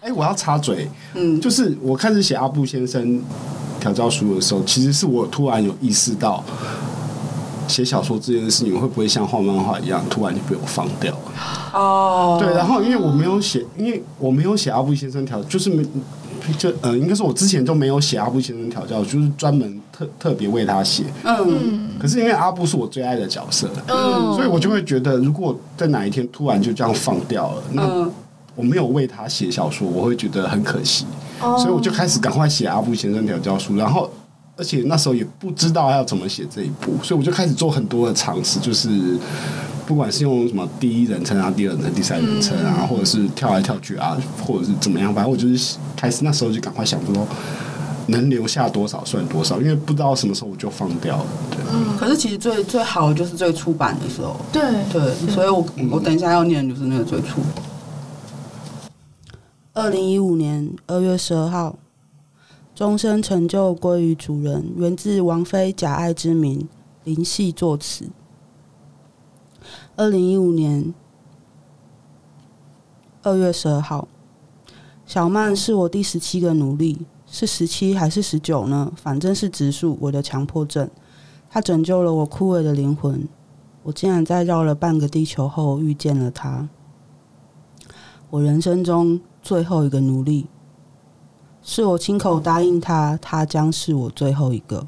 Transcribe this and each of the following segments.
哎、我要插嘴，嗯，就是我开始写阿布先生调教书的时候，其实是我突然有意识到，写小说这件事情会不会像画漫画一样，突然就被我放掉了。哦，对，然后因为我没有写，因为我没有写阿布先生调，就是没就呃，应该说我之前就没有写阿布先生调教，就是专门特特别为他写。嗯，可是因为阿布是我最爱的角色，嗯所以我就会觉得，如果在哪一天突然就这样放掉了，那嗯我没有为他写小说，我会觉得很可惜。所以我就开始赶快写阿布先生调教书，然后而且那时候也不知道要怎么写这一部，所以我就开始做很多的尝试，就是不管是用什么第一人称啊、第二人称、第三人称啊，或者是跳来跳去啊，或者是怎么样，反正我就是开始那时候就赶快想说。能留下多少算多少，因为不知道什么时候我就放掉了。对，嗯可是其实最最好的就是最初版的时候，对，对，所以我我等一下要念的就是那个最初。二零一五年二月十二号，终身成就归于主人，源自王菲《假爱之名》，林夕作词。二零一五年二月十二号，小曼是我第十七个奴隶，是十七还是十九呢？反正是植树，我的强迫症，她拯救了我枯萎的灵魂。我竟然在绕了半个地球后遇见了她。我人生中最后一个奴隶，是我亲口答应他，他将是我最后一个。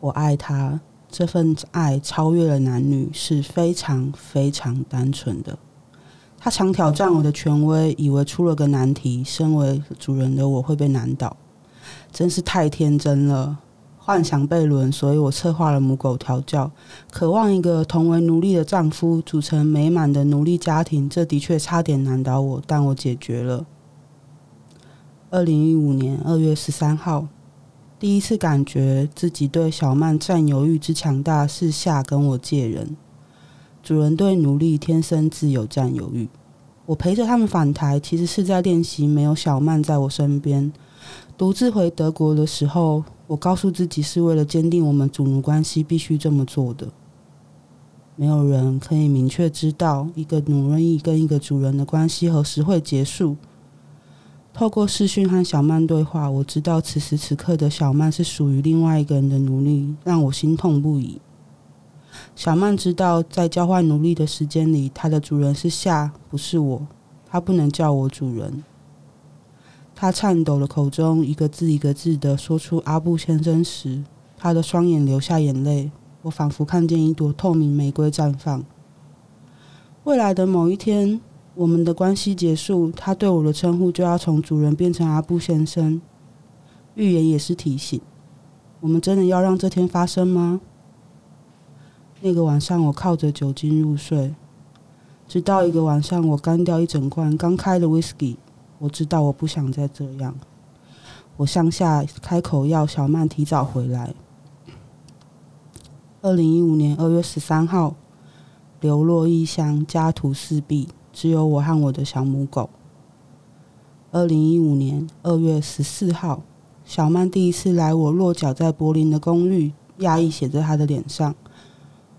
我爱他，这份爱超越了男女，是非常非常单纯的。他常挑战我的权威，以为出了个难题，身为主人的我会被难倒，真是太天真了。幻想悖论，所以我策划了母狗调教，渴望一个同为奴隶的丈夫，组成美满的奴隶家庭，这的确差点难倒我，但我解决了。二零一五年二月十三号，第一次感觉自己对小曼占有欲之强大是下跟我借人。主人对奴隶天生自有占有欲，我陪着他们返台，其实是在练习没有小曼在我身边。独自回德国的时候，我告诉自己是为了坚定我们主奴关系必须这么做的。没有人可以明确知道一个奴隶跟一个主人的关系何时会结束。透过视讯和小曼对话，我知道此时此刻的小曼是属于另外一个人的奴隶，让我心痛不已。小曼知道，在交换奴隶的时间里，她的主人是夏，不是我，她不能叫我主人。他颤抖的口中一个字一个字的说出阿布先生时，他的双眼流下眼泪。我仿佛看见一朵透明玫瑰绽放。未来的某一天，我们的关系结束，他对我的称呼就要从主人变成阿布先生。预言也是提醒，我们真的要让这天发生吗？那个晚上，我靠着酒精入睡，直到一个晚上，我干掉一整罐刚开的 whisky。我知道我不想再这样。我向下开口要小曼提早回来。二零一五年二月十三号，流落异乡，家徒四壁，只有我和我的小母狗。二零一五年二月十四号，小曼第一次来我落脚在柏林的公寓，讶异写在她的脸上。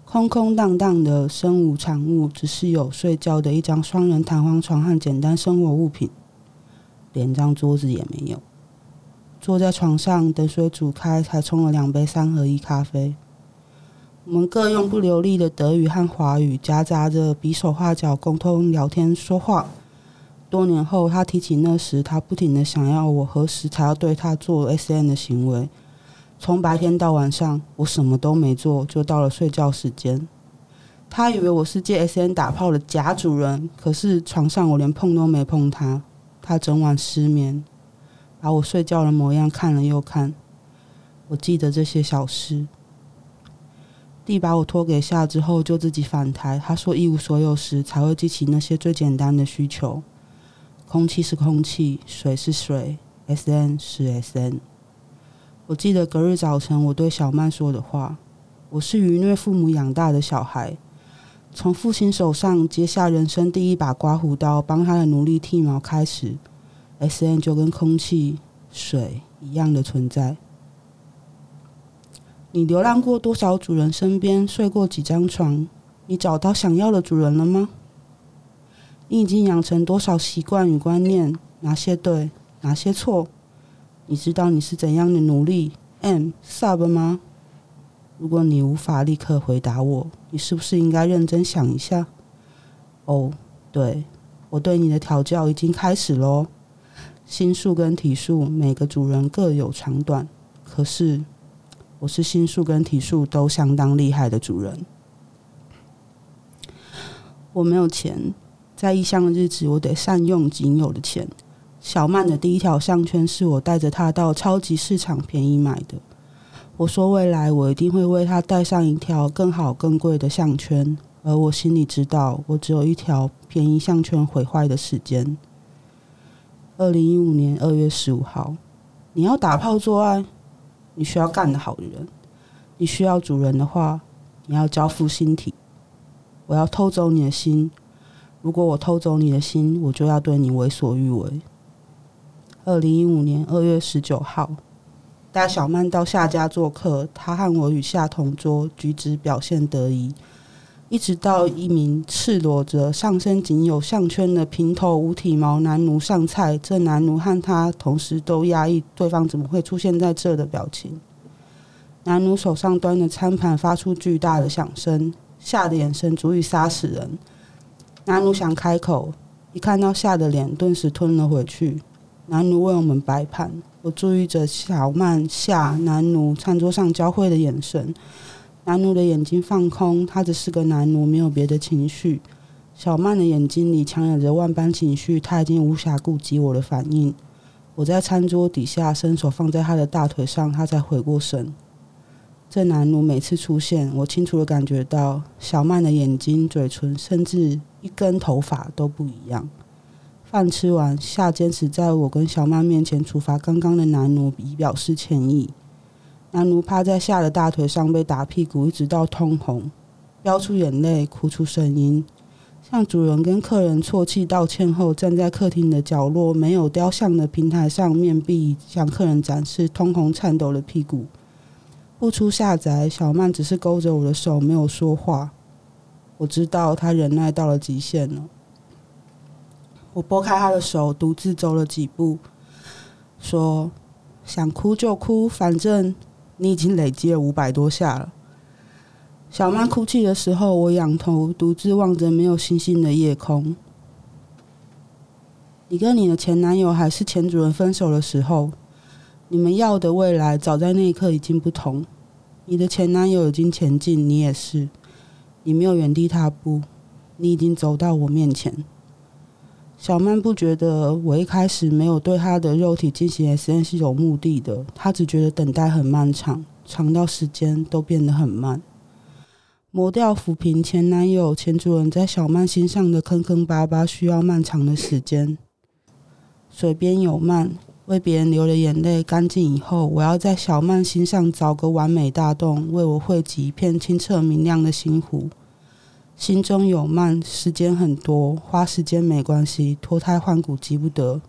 空空荡荡的，身无长物，只是有睡觉的一张双人弹簧床和简单生活物品。连张桌子也没有。坐在床上，等水煮开，才冲了两杯三合一咖啡。我们各用不流利的德语和华语，夹杂着比手画脚沟通聊天说话。多年后，他提起那时，他不停的想要我何时才要对他做 S N 的行为。从白天到晚上，我什么都没做，就到了睡觉时间。他以为我是借 S N 打炮的假主人，可是床上我连碰都没碰他。他整晚失眠，把我睡觉的模样看了又看。我记得这些小事。弟把我托给夏之后，就自己返台。他说一无所有时才会记起那些最简单的需求：空气是空气，水是水，S N 是 S N。我记得隔日早晨我对小曼说的话：“我是愚虐父母养大的小孩，从父亲手上接下人生第一把刮胡刀，帮他的奴隶剃毛开始，S N 就跟空气、水一样的存在。你流浪过多少主人身边，睡过几张床？你找到想要的主人了吗？你已经养成多少习惯与观念？哪些对，哪些错。你知道你是怎样的奴隶 M sub 吗？如果你无法立刻回答我，你是不是应该认真想一下？哦，对，我对你的调教已经开始喽。心术跟体术每个主人各有长短，可是我是心术跟体术都相当厉害的主人。我没有钱，在异乡的日子，我得善用仅有的钱。小曼的第一条项圈是我带着她到超级市场便宜买的。我说未来我一定会为她带上一条更好更贵的项圈，而我心里知道，我只有一条便宜项圈毁坏的时间。二零一五年二月十五号，你要打炮做爱，你需要干得好的人，你需要主人的话，你要交付心体。我要偷走你的心，如果我偷走你的心，我就要对你为所欲为。二零一五年二月十九号，带小曼到夏家做客，她和我与夏同桌，举止表现得宜。一直到一名赤裸着上身仅有项圈的平头无体毛男奴上菜，这男奴和他同时都压抑对方怎么会出现在这的表情。男奴手上端的餐盘发出巨大的响声，吓的眼神足以杀死人。男奴想开口，一看到吓的脸，顿时吞了回去。男奴为我们摆盘，我注意着小曼、夏、男奴餐桌上交汇的眼神。男奴的眼睛放空，他只是个男奴，没有别的情绪。小曼的眼睛里强忍着万般情绪，她已经无暇顾及我的反应。我在餐桌底下伸手放在她的大腿上，她才回过神。这男奴每次出现，我清楚的感觉到小曼的眼睛、嘴唇，甚至一根头发都不一样。饭吃完，夏坚持在我跟小曼面前处罚刚刚的男奴，以表示歉意。男奴趴在夏的大腿上被打屁股，一直到通红，飙出眼泪，哭出声音，向主人跟客人啜泣道歉后，站在客厅的角落没有雕像的平台上面壁，向客人展示通红颤抖的屁股。不出下宅，小曼只是勾着我的手，没有说话。我知道她忍耐到了极限了。我拨开她的手，独自走了几步，说：“想哭就哭，反正你已经累积了五百多下了。小曼哭泣的时候，我仰头独自望着没有星星的夜空。你跟你的前男友还是前主人分手的时候，你们要的未来早在那一刻已经不同。你的前男友已经前进，你也是，你没有原地踏步，你已经走到我面前。小曼不觉得我一开始没有对她的肉体进行 S N 是有目的的，她只觉得等待很漫长，长到时间都变得很慢。磨掉抚平前男友、前主人在小曼心上的坑坑巴巴，需要漫长的时间。水边有漫，为别人流的眼泪干净以后，我要在小曼心上找个完美大洞，为我汇集一片清澈明亮的星湖。心中有慢，时间很多，花时间没关系，脱胎换骨急不得。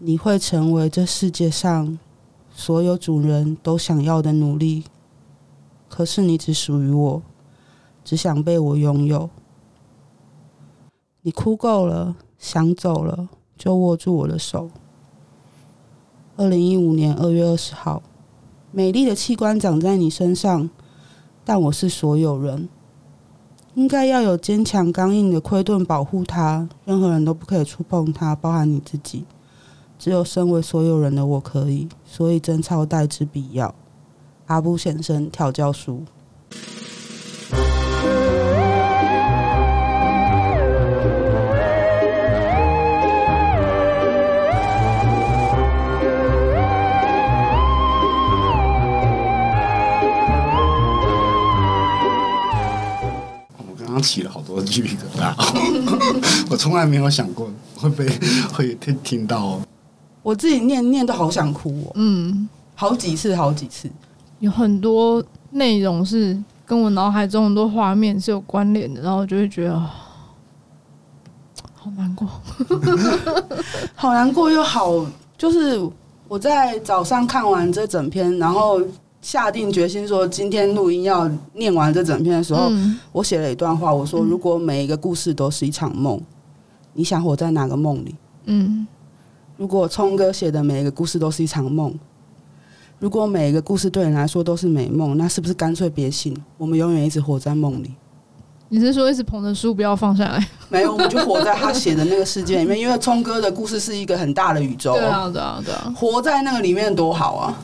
你会成为这世界上所有主人都想要的奴隶，可是你只属于我，只想被我拥有。你哭够了，想走了，就握住我的手。二零一五年二月二十号，美丽的器官长在你身上，但我是所有人，应该要有坚强刚硬的盔盾保护它，任何人都不可以触碰它，包含你自己。只有身为所有人的我可以，所以贞操待之必要。阿布先生调教书，我刚刚起了好多鸡皮疙瘩， 我从来没有想过会被 会听听到。我自己念念都好想哭哦，嗯，好几次，好几次。有很多内容是跟我脑海中很多画面是有关联的，然后我就会觉得哦好难过。好难过又好，就是我在早上看完这整篇，然后下定决心说今天录音要念完这整篇的时候，嗯，我写了一段话，我说如果每一个故事都是一场梦，你想活在哪个梦里？嗯，如果聪哥写的每一个故事都是一场梦，如果每一个故事对你来说都是美梦，那是不是干脆别醒？我们永远一直活在梦里，你是说一直捧着书不要放下来？没有，我们就活在他写的那个世界里面。因为聪哥的故事是一个很大的宇宙，哦 对啊，对啊，对啊，活在那个里面多好啊！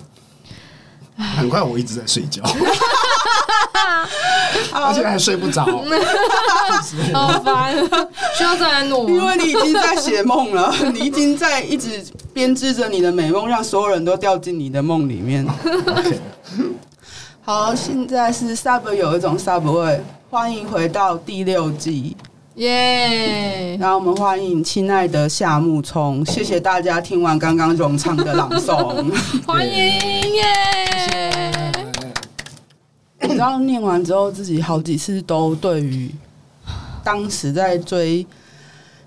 很快我一直在睡觉，啊而且还睡不着。好烦，啊需要再来努因吗？为你已经在写梦 了，你已经在一直编织着你的美梦，让所有人都掉进你的梦里面。 OK，好，现在是 Sub 有一种 Sub 味，欢迎回到第六季。耶！然后我们欢迎亲爱的夏木聪，谢谢大家听完刚刚荣唱的朗 诵。欢迎耶！你知道念完之后，自己好几次都对于当时在追，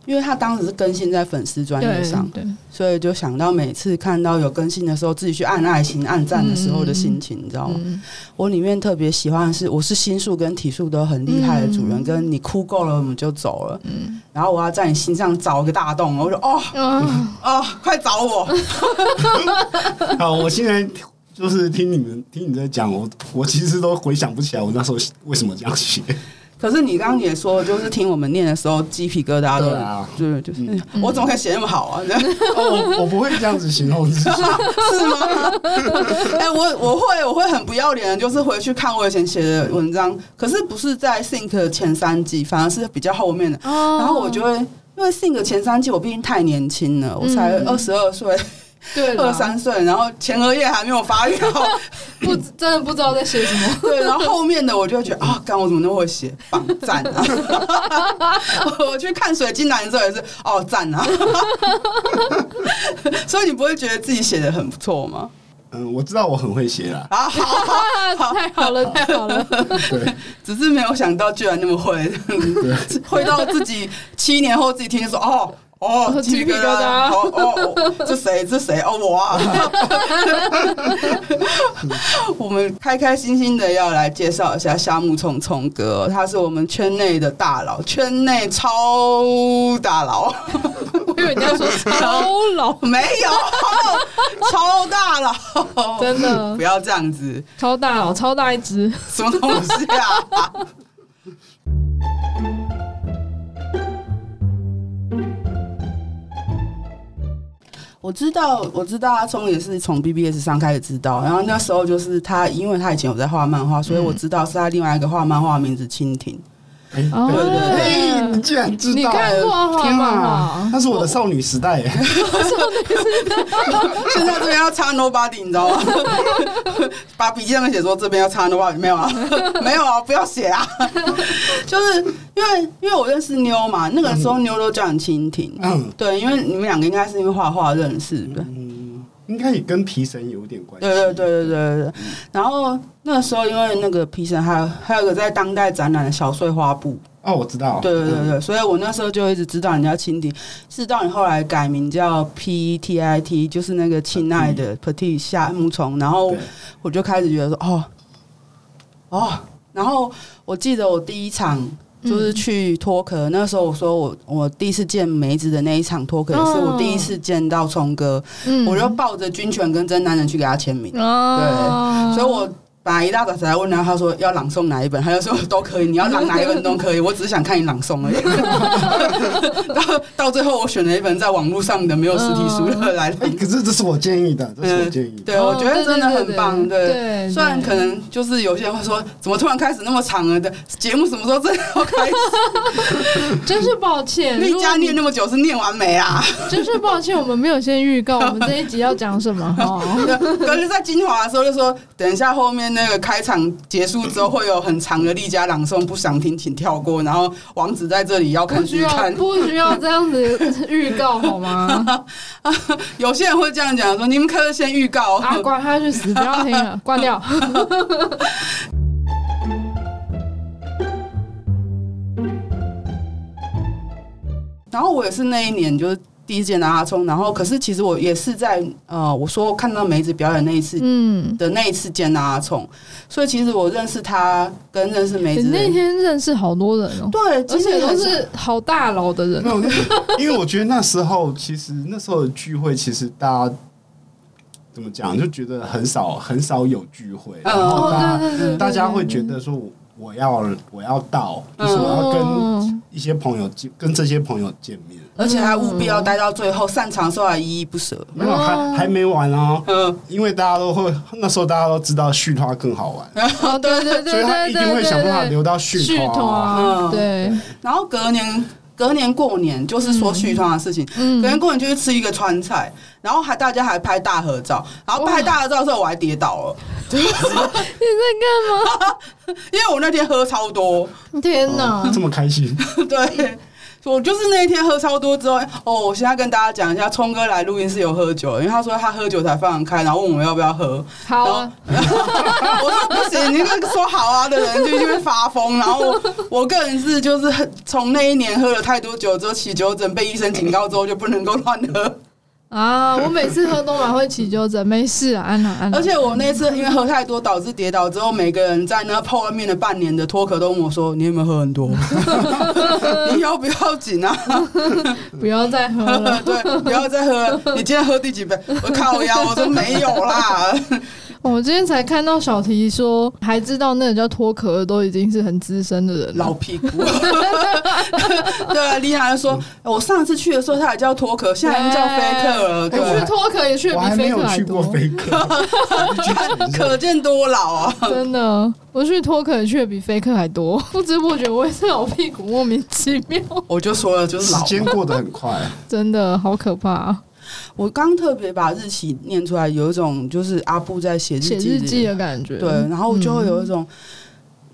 因为他当时是更新在粉丝专业上对，对，所以就想到每次看到有更新的时候，自己去按爱心、按赞的时候的心情，你知道吗？嗯，我里面特别喜欢的是，我是心术跟体术都很厉害的主人，嗯跟你哭够了我们就走了，然后我要在你心上凿一个大洞，我就哦啊，哦，快找我！好，我现在就是听你们听你在讲，我我其实都回想不起来我那时候为什么这样写。可是你刚刚也说，就是听我们念的时候，鸡皮疙瘩都对啊，就是就是，我怎么可以写那么好啊？哦，我我不会这样子形容自己。 是吗？哎、我我会我会很不要脸，就是回去看我以前写的文章，可是不是在 Think 的前三季，反而是比较后面的。然然后我就会，因为 Think 的前三季我毕竟太年轻了，我才嗯二十二岁、对啊啦二三岁，然后前额叶还没有发育 好，不知真的不知道在写什么，对，然后后面的我就会觉得啊，干我怎么那么会写，棒赞 啊！我去看水晶男的时候也是，哦赞啊！ 所以你不会觉得自己写的很不错吗？嗯，我知道我很会写啦，啊，好， 好太好了，太好了，对，只是没有想到居然那么会，会到自己七年后自己听就说哦。哦，哦鸡鸡皮皮疙疙瘩！瘩哦哦，哦这谁？这谁？哦，我啊！ 我们开开心心的要来介绍一下夏木聪聪哥哦、他是我们圈内的大佬，圈内超大佬， 我以为你要说超老，没有，超大佬， 真的不要这样子，超大佬，超大一只，什么东西啊？我知道，我知道阿聪也是从 BBS 上开始知道，然后那时候就是他，因为他以前有在画漫画，所以我知道是他另外一个画漫画的名字蜻蜓。哎对哦哎，你竟然知道？你看过好天好啊，那是我的少女时代耶！ 现在这边要插 nobody，你知道吗？把笔记上面写说这边要插 nobody，没有啊， 没有啊，不要写啊。 就是因为因为我认识妞嘛，那个时候妞都叫你蜻蜓，嗯对，因为你们两个应该是因为画画认识的。嗯，应该也跟皮神有点关系。对对对对对对对，然后那个时候因为那个皮神还有还有一个在当代展览的小碎花布，哦，我知道。对对对嗯，对，所以我那时候就一直知道人家蜻蜓，是到你后来改名叫 P T I T，就是那个亲爱的 Petit 夏木虫，然嗯后对我就开始觉得说，哦，哦，然后我记得我第一场嗯就是去脱壳，那时候我说我我第一次见梅子的那一场脱壳，也是我第一次见到聪哥，嗯我就抱着军犬跟真男人去给他签名，啊，所以我。本来一大早起来问他，他说要朗诵哪一本，他就说都可以，你要朗哪一本都 可以，我只是想看你朗诵而已。 到到最后，我选了一本在网络上的没有实体书的来朗哎，可是这是我建议哎的，这是嗯我建议。 对，我觉得真的很棒。哦对对，对，虽然可能就是有些人会说，怎么突然开始那么长了的节目，什么时候真的要 开始？真是抱歉，那家念那么久是念完没啊？真是抱歉，我们没有先预告我们这一集要讲什 么哦 哈。可是，在精华的时候就说，等一下后面那个开场结束之后会有很长的丽佳朗诵，不想听请跳过。然后王子在这里要看不去需要看，不需要这样子预告好 吗？ 有些人会这样讲说，你们可以先预告。啊，管他去死，不要听 了，关掉。然后我也是那一年就是第一届拿阿冲，然后可是其实我也是在呃，我说看到梅子表演那一次嗯，的那一次见到阿冲，所以其实我认识他跟认识梅你子的那人，天认识好多人哦、对，而其实且很都是哦好大佬的人没，有， 因为我觉得那时候其实那时候的聚会，其实大家怎么讲，就觉得很少很少有聚会，然后哦大家、对对对对大家会觉得说我我要我要到，就是我要跟哦，一些朋友见，跟这些朋友见面，而且还务必要待到最后，散场的时候还依依不舍。没哦有还还没完哦，嗯，因为大家都会那时候大家都知道续花更好玩，哦对对对对所以他对一定会对想办法对，留到续续花啊。团嗯对，然后隔年隔年过年就是说续团的事情，嗯隔年过年就是吃一个川菜，然后还大家还拍大合照，然后拍大合照的时候我还跌倒了，你在干嘛？因为我那天喝超多， 天哪！这么开 心，对。我就是那一天喝超多之后，哦，我现在跟大家讲一下，聪哥来录音是有喝酒的，因为他说他喝酒才放得开，然后问我们要不要喝， 好啊，我说不行，你那个说好啊的人就一定会发疯。然后我我个人是就是很从那一年喝了太多酒之后，起酒疹被医生警告之后就不能够乱喝。啊！我每次喝都蛮会起纠正，没事啊，安啦安啦。而且我那次因为喝太多导致跌倒之后，每个人在那泡外面的半年的脱壳都问我说：“你有没有喝很 多？你要不要紧啊？，不要再喝了 对，不要再喝了。你今天喝第几杯？我靠呀！我说没有啦。 我今天才看到小提说，还知道那个叫脱壳的都已经是很资深的人老了。屁股。 对啊，李涵说，我上次去的时候他还叫脱壳，现在已经叫对飞客了，对哎我去吧，脱壳也去得我比还没飞客有还去过多，飞 客， 可见多老啊！真的，我去脱壳也去得比飞客还多。 不知不觉我也是老屁股，莫名其妙， 我就说了，就是时老。间过得很快。真的好可怕、啊。我刚特别把日期念出来，有一种就是阿布在写日写记，日记的感觉，对，然后就会有一嗯种。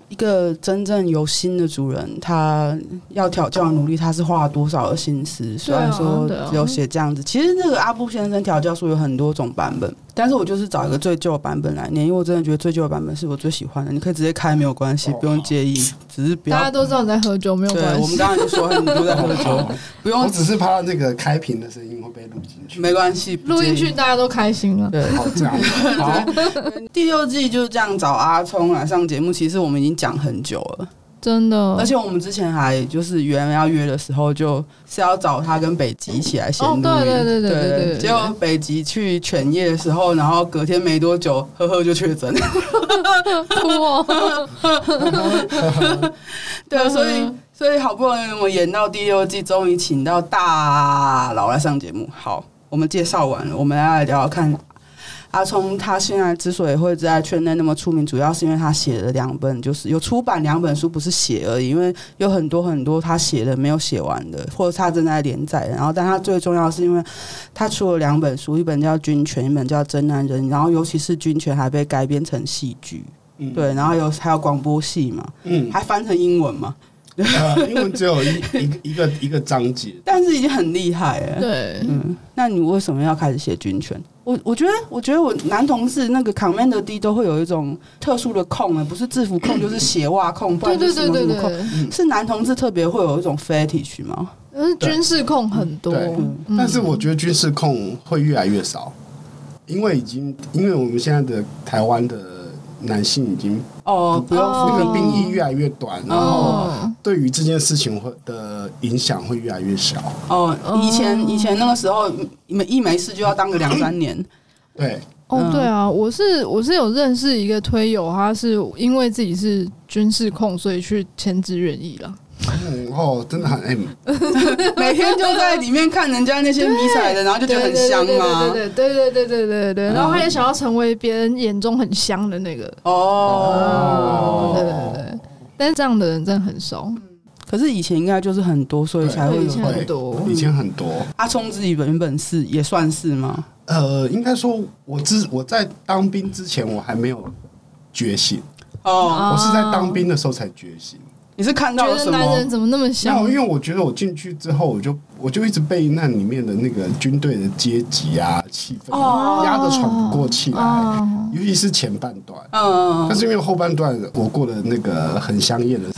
一个真正有心的主人，他要调教努力，他是花了多少的心思？虽然说对啊只有写这样子，其实那个阿布先生调教书有很多种版本，但是我就是找一个最旧的版本来念，因为我真的觉得最旧的版本是我最喜欢的。你可以直接开没有关系哦，不用介意，只是不大家要。都知道你在喝酒，没有对关我们系。刚刚就说你都在喝酒，不我用，哦只是怕那个开屏的声音会被录进去。没关系，不录介进意去，大家都开心了。对。好，这样好，第六季就是这样找阿聪来上节目，其实我们已经讲很久了，真的，而且我们之前还就是原来要约的时候，就是要找他跟北极一起来先录哦音，对对对对对对对结果北极去犬夜的时候，然后隔天没多久，呵呵就确诊，哭 哦，对，啊嗯所以所以好不容易我们演到第六季，终于请到大佬来上节目。好，我们介绍完了，我们来聊聊看。阿聪他现在之所以会在圈内那么出名，主要是因为他写了两本，就是有出版两本书，不是写而已，因为有很多很多他写的没有写完的，或者他正在连载的。然后，但他最重要的是因为他出了两本书，一本叫《军权》，一本叫《真男人》，然后尤其是《军权》还被改编成戏剧，嗯对，然后有还有广播戏嘛，嗯，还翻成英文嘛，呃英文只有一一个一个一个章节，但是已经很厉害哎、对，嗯，那你为什么要开始写军犬？我我觉得，我觉得我男同事那个 Commander D 都会有一种特殊的控，不是制服控就是鞋袜控，不对然就对是什对么什对么控。对，是男同志特别会有一种 fetish 吗？但是军事控很多，对嗯但是我觉得军事控会越来越少，因为已经因为我们现在的台湾的男性已经哦，不用那服个兵兵役越来越短，然后哦，对于这件事情会的影响会越来越小。哦哦。以前以前那个时候，你们一没事就要当个两三 年。对，哦嗯，对啊，我是我是有认识一个推友，他是因为自己是军事控，所以去签字愿意了。嗯，哦，真的很 M，每天就在里面看人家那些迷彩的，然后就觉得很香啊吗？对对对对对对对对对。然后他也想要成为别人眼中很香的那个，哦，对对对。但是这样的人真的很少，可是以前应该就是很多，所以才会有以前很多。以前很多。阿聪自己原本是也算是吗？呃，应该说，我之我在当兵之前，我还没有觉醒，哦，我是在当兵的时候才觉醒。你是看到觉了得什男人么？怎么那么没香有，？因为我觉得我进去之后，我就我就一直被那里面的那个军队的阶级啊、气氛哦压得喘不过气来，哦，尤其是前半段。嗯，但是因为后半段我过了那个很香艳的，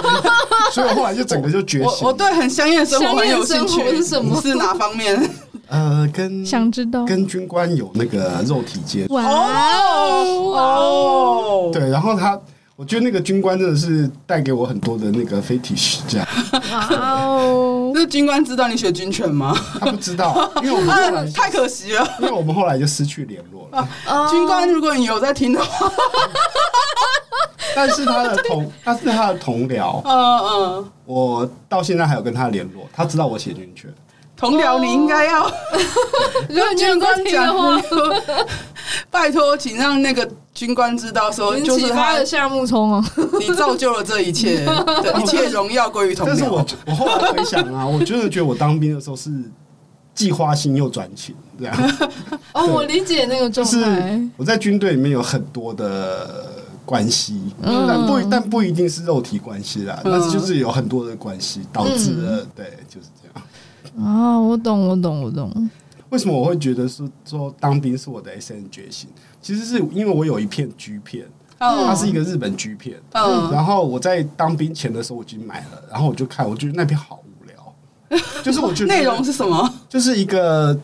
所以我后来就整个就觉我醒我。对很香艳的生活很有兴香艳生活趣，是什么是哪方面？呃，跟想知道？跟军官有那个肉体接触， 哇哦！哦，对，然后他，我觉得那个军官真的是带给我很多的那个 fetish，这样 哇哦！那军官知道你学军犬吗？他不知道，因为我们后啊来，太啊可惜了。因为我们后来就失去联络了。军官，如果你有在听的话，但是他的 同，他是他的同僚，嗯嗯，我到现在还有跟他联络，他知道我写进去了。同僚你应该要 如果你有在听的话，拜托，请让那个军官知道说，引就是起他他的夏目冲哦。你造就了这一 切，对，一切荣耀归于同但是我僚。我后来回想啊，我真的觉得我当兵的时候是既花心又专情，这样。哦，对我理解那个就状是态。我在军队里面有很多的关系，嗯但不但不一定是肉体关系啦，嗯但是就是有很多的关系导致了，对，就是这样。啊，我懂，我懂，我懂。为什么我会觉得是说当兵是我的 S N 觉醒？其实是因为我有一片 G 片，它是一个日本 G 片，嗯然后我在当兵前的时候我已经买了，然后我就看，我觉得那片好无聊，就是我觉得 内容是什么？就是一个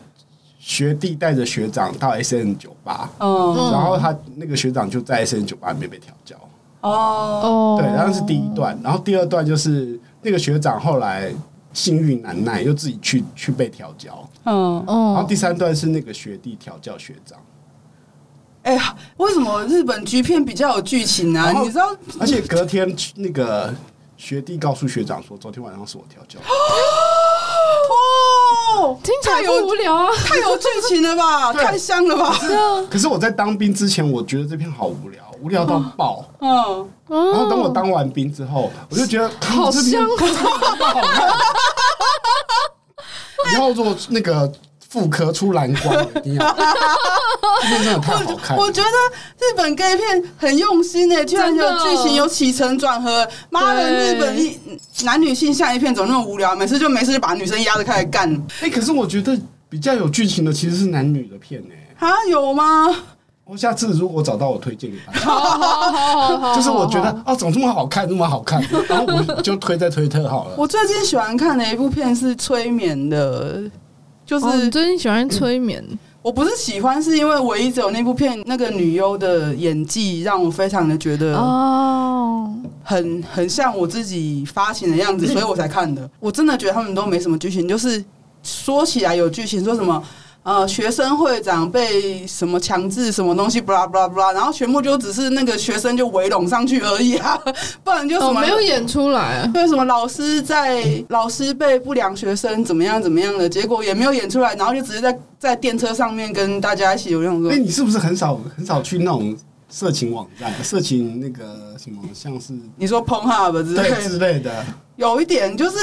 学弟带着学长到 S N 酒吧，嗯嗯然后他那个学长就在 S N 酒吧里面被调教。哦哦，对，然后是第一段，然后第二段就是那个学长后来幸运难耐，又自己去去被调教，嗯，然后哦第，三段是那个学弟调教学长，哎呀，为什么日本剧片比较有剧情啊？然后你知道而且隔天那个学弟告诉学长说，昨天晚上是我调教的，哦，听起来太有不无聊啊。太有剧情了 吧，对太香了吧？可是我在当兵之前，我觉得这片好无聊，无聊到哦爆。嗯，然然后等我当完兵之后，我就觉得好香啊，这片真的好看。 以后如果那个妇科出蓝光，我一定要，这片真的太好看了。我觉得日本 gay 片很用心欸诶、居然真的有剧情，有起承转合。妈的，对日本一男女性向一片怎么那么无聊？每次就没事就把女生压着开始干哎、可是我觉得比较有剧情的其实是男女的片呢、欸啊？有吗？我下次如果找到我推荐给大家，好好好好 好，就是我觉得啊，怎么这么好看，这么好看，然后我就推在推特好了。我最近喜欢看的一部片是催眠的，就哦你是最近喜欢催眠，我不是喜欢，是因为唯一只有那部片那个女优的演技让我非常的觉嗯得哦，很很像我自己发情的样子，嗯所以我才看的。我真的觉得他们都没什么剧情，就是说起来有剧情，说什么呃学生会长被什么强制什么东西，b 拉 a 拉 b 拉，然后全部就只是那个学生就围拢上去而已啊， 不然就什哦，么、没有演出来，啊对什么老师在老师被不良学生怎么样怎么样的结果也没有演出来，然后就直接在在电车上面跟大家一起有那种哎、说，你是不是很少很少去那种色情网站、色情那个什么，像是你说 p o n h u b 之类对的，之类的？有一点就是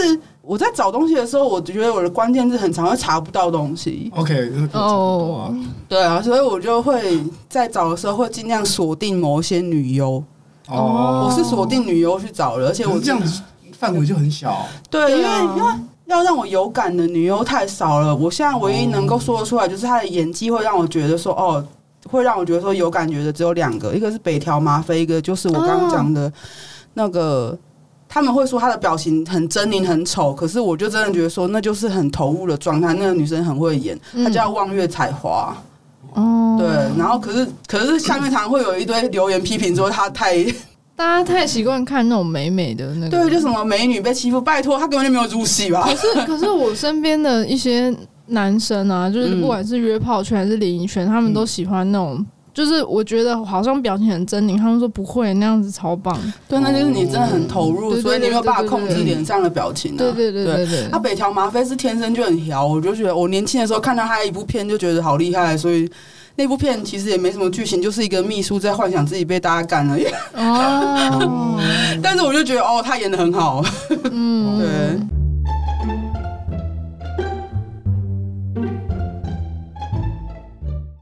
我在找东西的时候，我觉得我的关键字很常会查不到东西。 OK，那个哦对啊，所以我就会在找的时候会尽量锁定某些女优，哦，我是锁定女优去找的，而且可我是这样子范围就很小。对，因对啊为因为要让我有感的女优太少了，我现在唯一能够说得出来就是她的演技会让我觉得说哦。会让我觉得说有感觉的只有两个，一个是北条麻妃，一个就是我刚刚讲的那个。他们会说她的表情很狰狞、很丑，可是我就真的觉得说那就是很投入的状态。那个女生很会演，她叫望月彩花。嗯哦，对，，然后可是可是下面常常会有一堆留言批评说她太 大家太习惯看那种美美的那个，对，就什么美女被欺负，拜托她根本就没有入戏吧可？是，可是我身边的一些男生啊，就是嗯不管是约炮圈还是联谊圈，他们都喜欢那种，就是我觉得好像表情很狰狞，他们说不会那样子超棒。对，那就是你真的很投入，哦对对所以你没有办法对对控对制对脸上的表情、啊。对对对对对她，北条麻妃是天生就很调，我就觉得我年轻的时候看到她一部片就觉得好厉害，所以那部片其实也没什么剧情，就是一个秘书在幻想自己被大家干了，嗯哦， 但是我就觉得哦，她演的很好，嗯，对。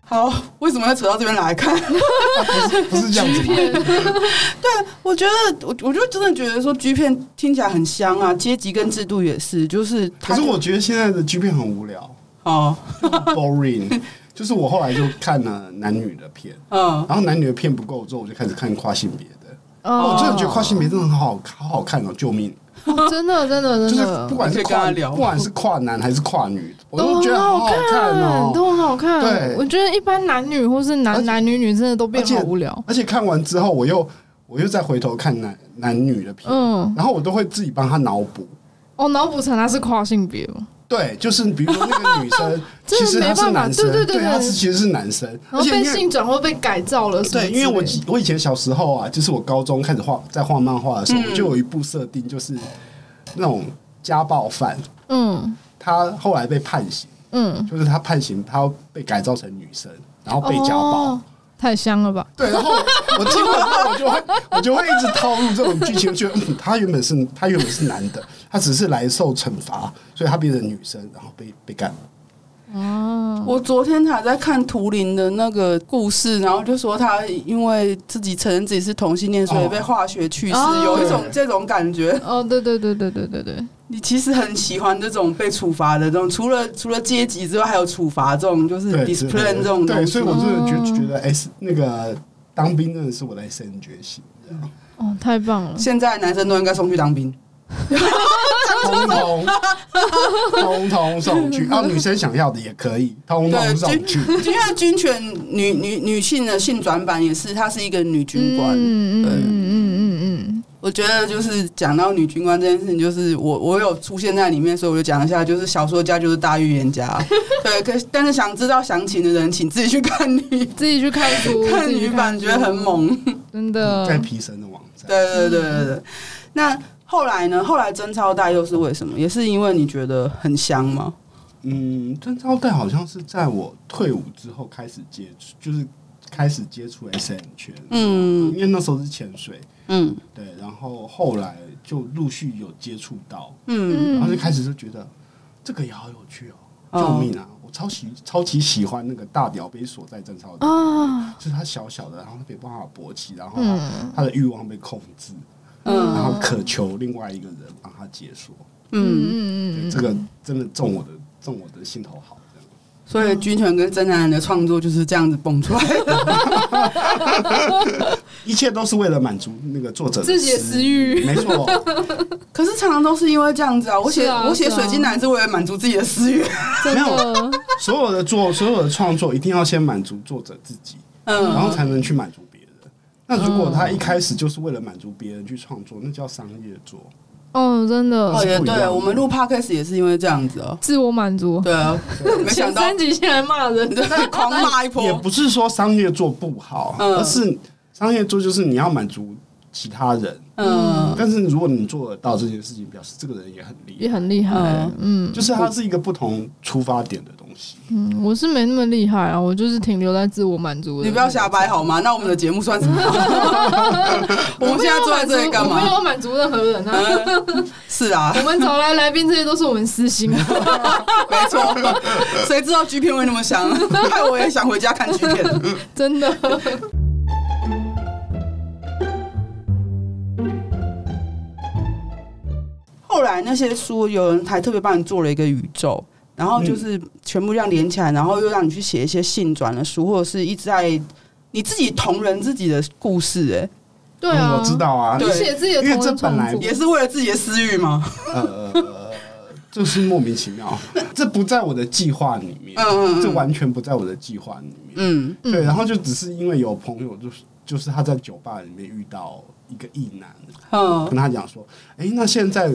好，为什么要扯到这边来看？ 不是这样 子哦吗？我觉得，我我就真的觉得说 G 片听起来很香啊，阶级跟制度也是，就是可它。是我觉得现在的 G 片很无聊哦，很，boring。就是 我后来就看了男女的片，嗯，然后男女的片不够之后，我就开始看跨性别的。哦我真的觉得跨性别真的很好，好好看哦！救命！哦真的真的就真是的不，管是可以跟他跨聊不管是跨男还是跨女，我都都觉很得好好看哦。都很好看。对我觉得一般男女或是而男且男女女真的都变而且好无聊。而且看完之后，我又我又再回头看男男女的片，嗯，然后我都会自己帮他脑补。哦，脑补成他是跨性别吗？对，就是比如说那个女生， 真其的实没她是办法男生，对对对对她是其实是男生，然而后且被因为性转或被改造了什么之对，类的？因为我以我以前小时候啊，就是我高中开始画在画漫画的时候，嗯就有一部设定就是那种家暴犯，嗯他后来被判刑，嗯，就是他判刑，他被改造成女生，然后被家暴。哦太香了吧？对，然后我听完之后，我就会 我就会一直套入这种剧情，我觉得、嗯、他原本是他原本是男的，他只是来受惩罚，所以他变成女生，然后被被干。哦，我昨天还在看图灵的那个故事，然后就说他因为自己承认自己是同性恋，所以被化学去世，哦有一种对这种感觉。哦，对对对对对对对，你其实很喜欢这种被处罚的这种，除了除了阶级之外，还有处罚这种，就是对，嗯 discipline 这种对，东西所以。我真的觉嗯觉得，哎、是那个当兵真的是我的深觉醒。哦，太棒了！现在男生都应该送去当兵，通通通通送去，啊，女生想要的也可以，通通送去。因为军犬女女女性的性转版也是，她是一个女军官。嗯嗯对嗯嗯嗯我觉得就是讲到女军官这件事情，就是我我有出现在里面，所以我就讲一下，就是小说家就是大预言 家，对。可但是想知道详情的人，请自己去 看女嗯，自己去看书， 看自己去女版，书觉得很，猛。真的在皮神的网站，对对对对嗯对。那后来呢？后来真超大又是为什么？也是因为你觉得很香吗？嗯，真招待好像是在我退伍之后开始接触，就是开始接触 SM 圈，嗯因为那时候是潜水，嗯对，然后后来就陆续有接触到，嗯，然后就嗯，开始就觉得这个也好有趣哦，救命啊！我超喜超级喜欢那个大屌杯所在真超的，啊，就是它小小的，然后它没办法勃起，然后它嗯它的欲望被控制，嗯然后渴求另外一个人帮他解说，嗯，嗯嗯对嗯，这个真的中我的中我的心头好。这样所以军犬跟真男人的创作就是这样子蹦出来嗯的。一切都是为了满足那个作者自己的私欲没错，可是常常都是因为这样子啊，我写、是啊我写是啊水晶男是为了满足自己的私欲。嗯真的，所有的作所有的创作一定要先满足作者自己，然后嗯，才能去满足别人。那如果他一开始就是为了满足别人去创嗯作，那叫商业作。哦，真哦的，也不一样对，的我们录 podcast 也是因为这样子哦。自我满足，对啊，没想前到三集先来骂人， 在狂骂一波也。不是说商业作不好，嗯而是商业作就是你要满足其他人，嗯但是如果你做得到这件事情，表示这个人也很厉害。也很厉害，嗯就是它是一个不同出发点的东西。嗯，我是没那么厉害啊，我就是停留在自我满足的，你不要瞎掰好吗？那我们的节目算什 么？我们现在坐在这里干我们嘛？要满足任何人 啊！是啊我，们找来来宾，这些都是我们私 心啊。没 错，谁知道 G 片会那么香？害我也想回家看 G 片。真的。后来那些书，有人还特别帮你做了一个宇宙，然后就是全部这样连起来，然后又让你去写一些性转的书，或者是一直在你自己同人自己的故事、哎，对啊，嗯我知。道啊，你对写自己的因为同这人本来创作也是为了自己的私欲吗？呃，这是莫名其妙，这不在我的计划里面，嗯嗯嗯这完全不在我的计划里面。嗯对，嗯然后就只是因为有朋友就是。就是他在酒吧里面遇到一个异男，嗯跟他讲说：“哎、那现在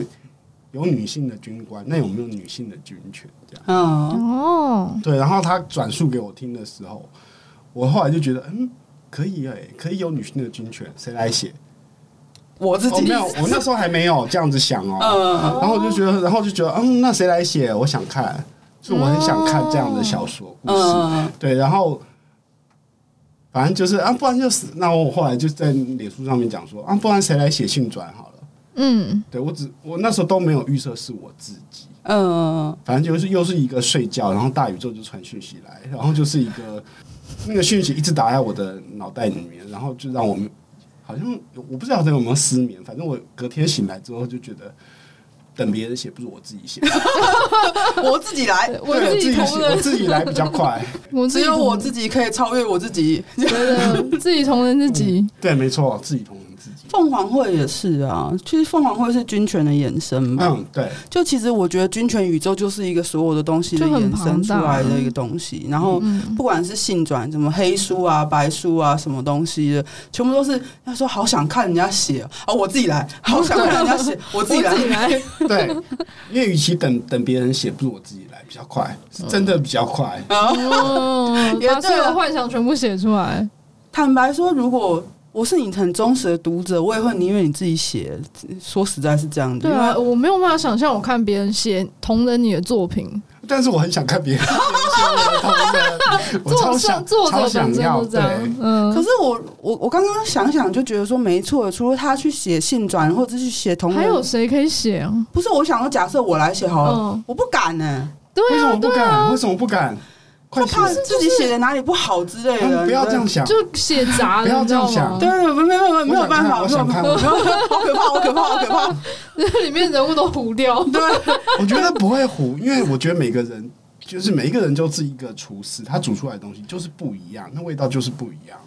有女性的军官，那有没有女性的军犬？”这样嗯，哦，对，然后他转述给我听的时候，我后来就觉得，嗯，可以哎、可以有女性的军犬，谁来写？我自哦，己没有，我那时候还没有这样子想哦。嗯然后我就觉得，然后就觉得，嗯，那谁来写？我想看，就我很想看这样的小说故事。嗯对，然后反正就是啊，不然就是，那我后来就在脸书上面讲说啊，不然谁来写信转好了。嗯，对我只我那时候都没有预设是我自己，嗯，反正就是又是一个睡觉，然后大宇宙就传讯息来，然后就是一个那个讯息一直打在我的脑袋里面，然后就让我们好像我不知道有没有失眠，反正我隔天醒来之后就觉得等别人写不如我自己写，我自己来， 我对我自己写同我人，自己来比较 快。嗯我只有我自己己可以超越我自己。 同人自己同人自己，对，没错，自己同人自己。凤凰会也是啊，其实凤凰会是军权的延伸嘛。嗯，对，就其实我觉得军权宇宙就是一个所有的东西的就很延伸庞出大来的一个东西，然后嗯不管是性转什么黑书啊、白书啊，什么东西的，全部都是他说好想看人家写哦，我自己来，好想看人家写，我自己来我。自己来，对，因为与其等等别人写，不如我自己来比较快，是真的比较快。嗯哦，也把所有对啊的幻想全部写出来，坦白说，如果我是你很忠实的读者，我也会宁愿你自己写。说实在是这样的，对啊，因为我没有办法想象我看别人写同人你的作品，但是我很想看别人写的同 人，我超作者想作者超本想身要都对这样，，嗯，可是我我我刚刚想想就觉得说没错，除了他去写性转或者去写同人，还有谁可以写啊？不是我想要假设我来写好了，嗯我不敢呢、为对什啊，么不对敢？啊为，什么不敢？快写！怕自己写的哪里不好之类他的，们不要这样想，就写杂不的，要你知这样道吗想？啊对。对，没没没没没有办法，我没有想看办我法，好可怕，好可怕，好可怕！这 里面人物都糊掉，啊对，我觉得不会糊，因为我觉得每个人就是每一个人就是一个厨师，他煮出来的东西就是不一样，那味道就是不一样。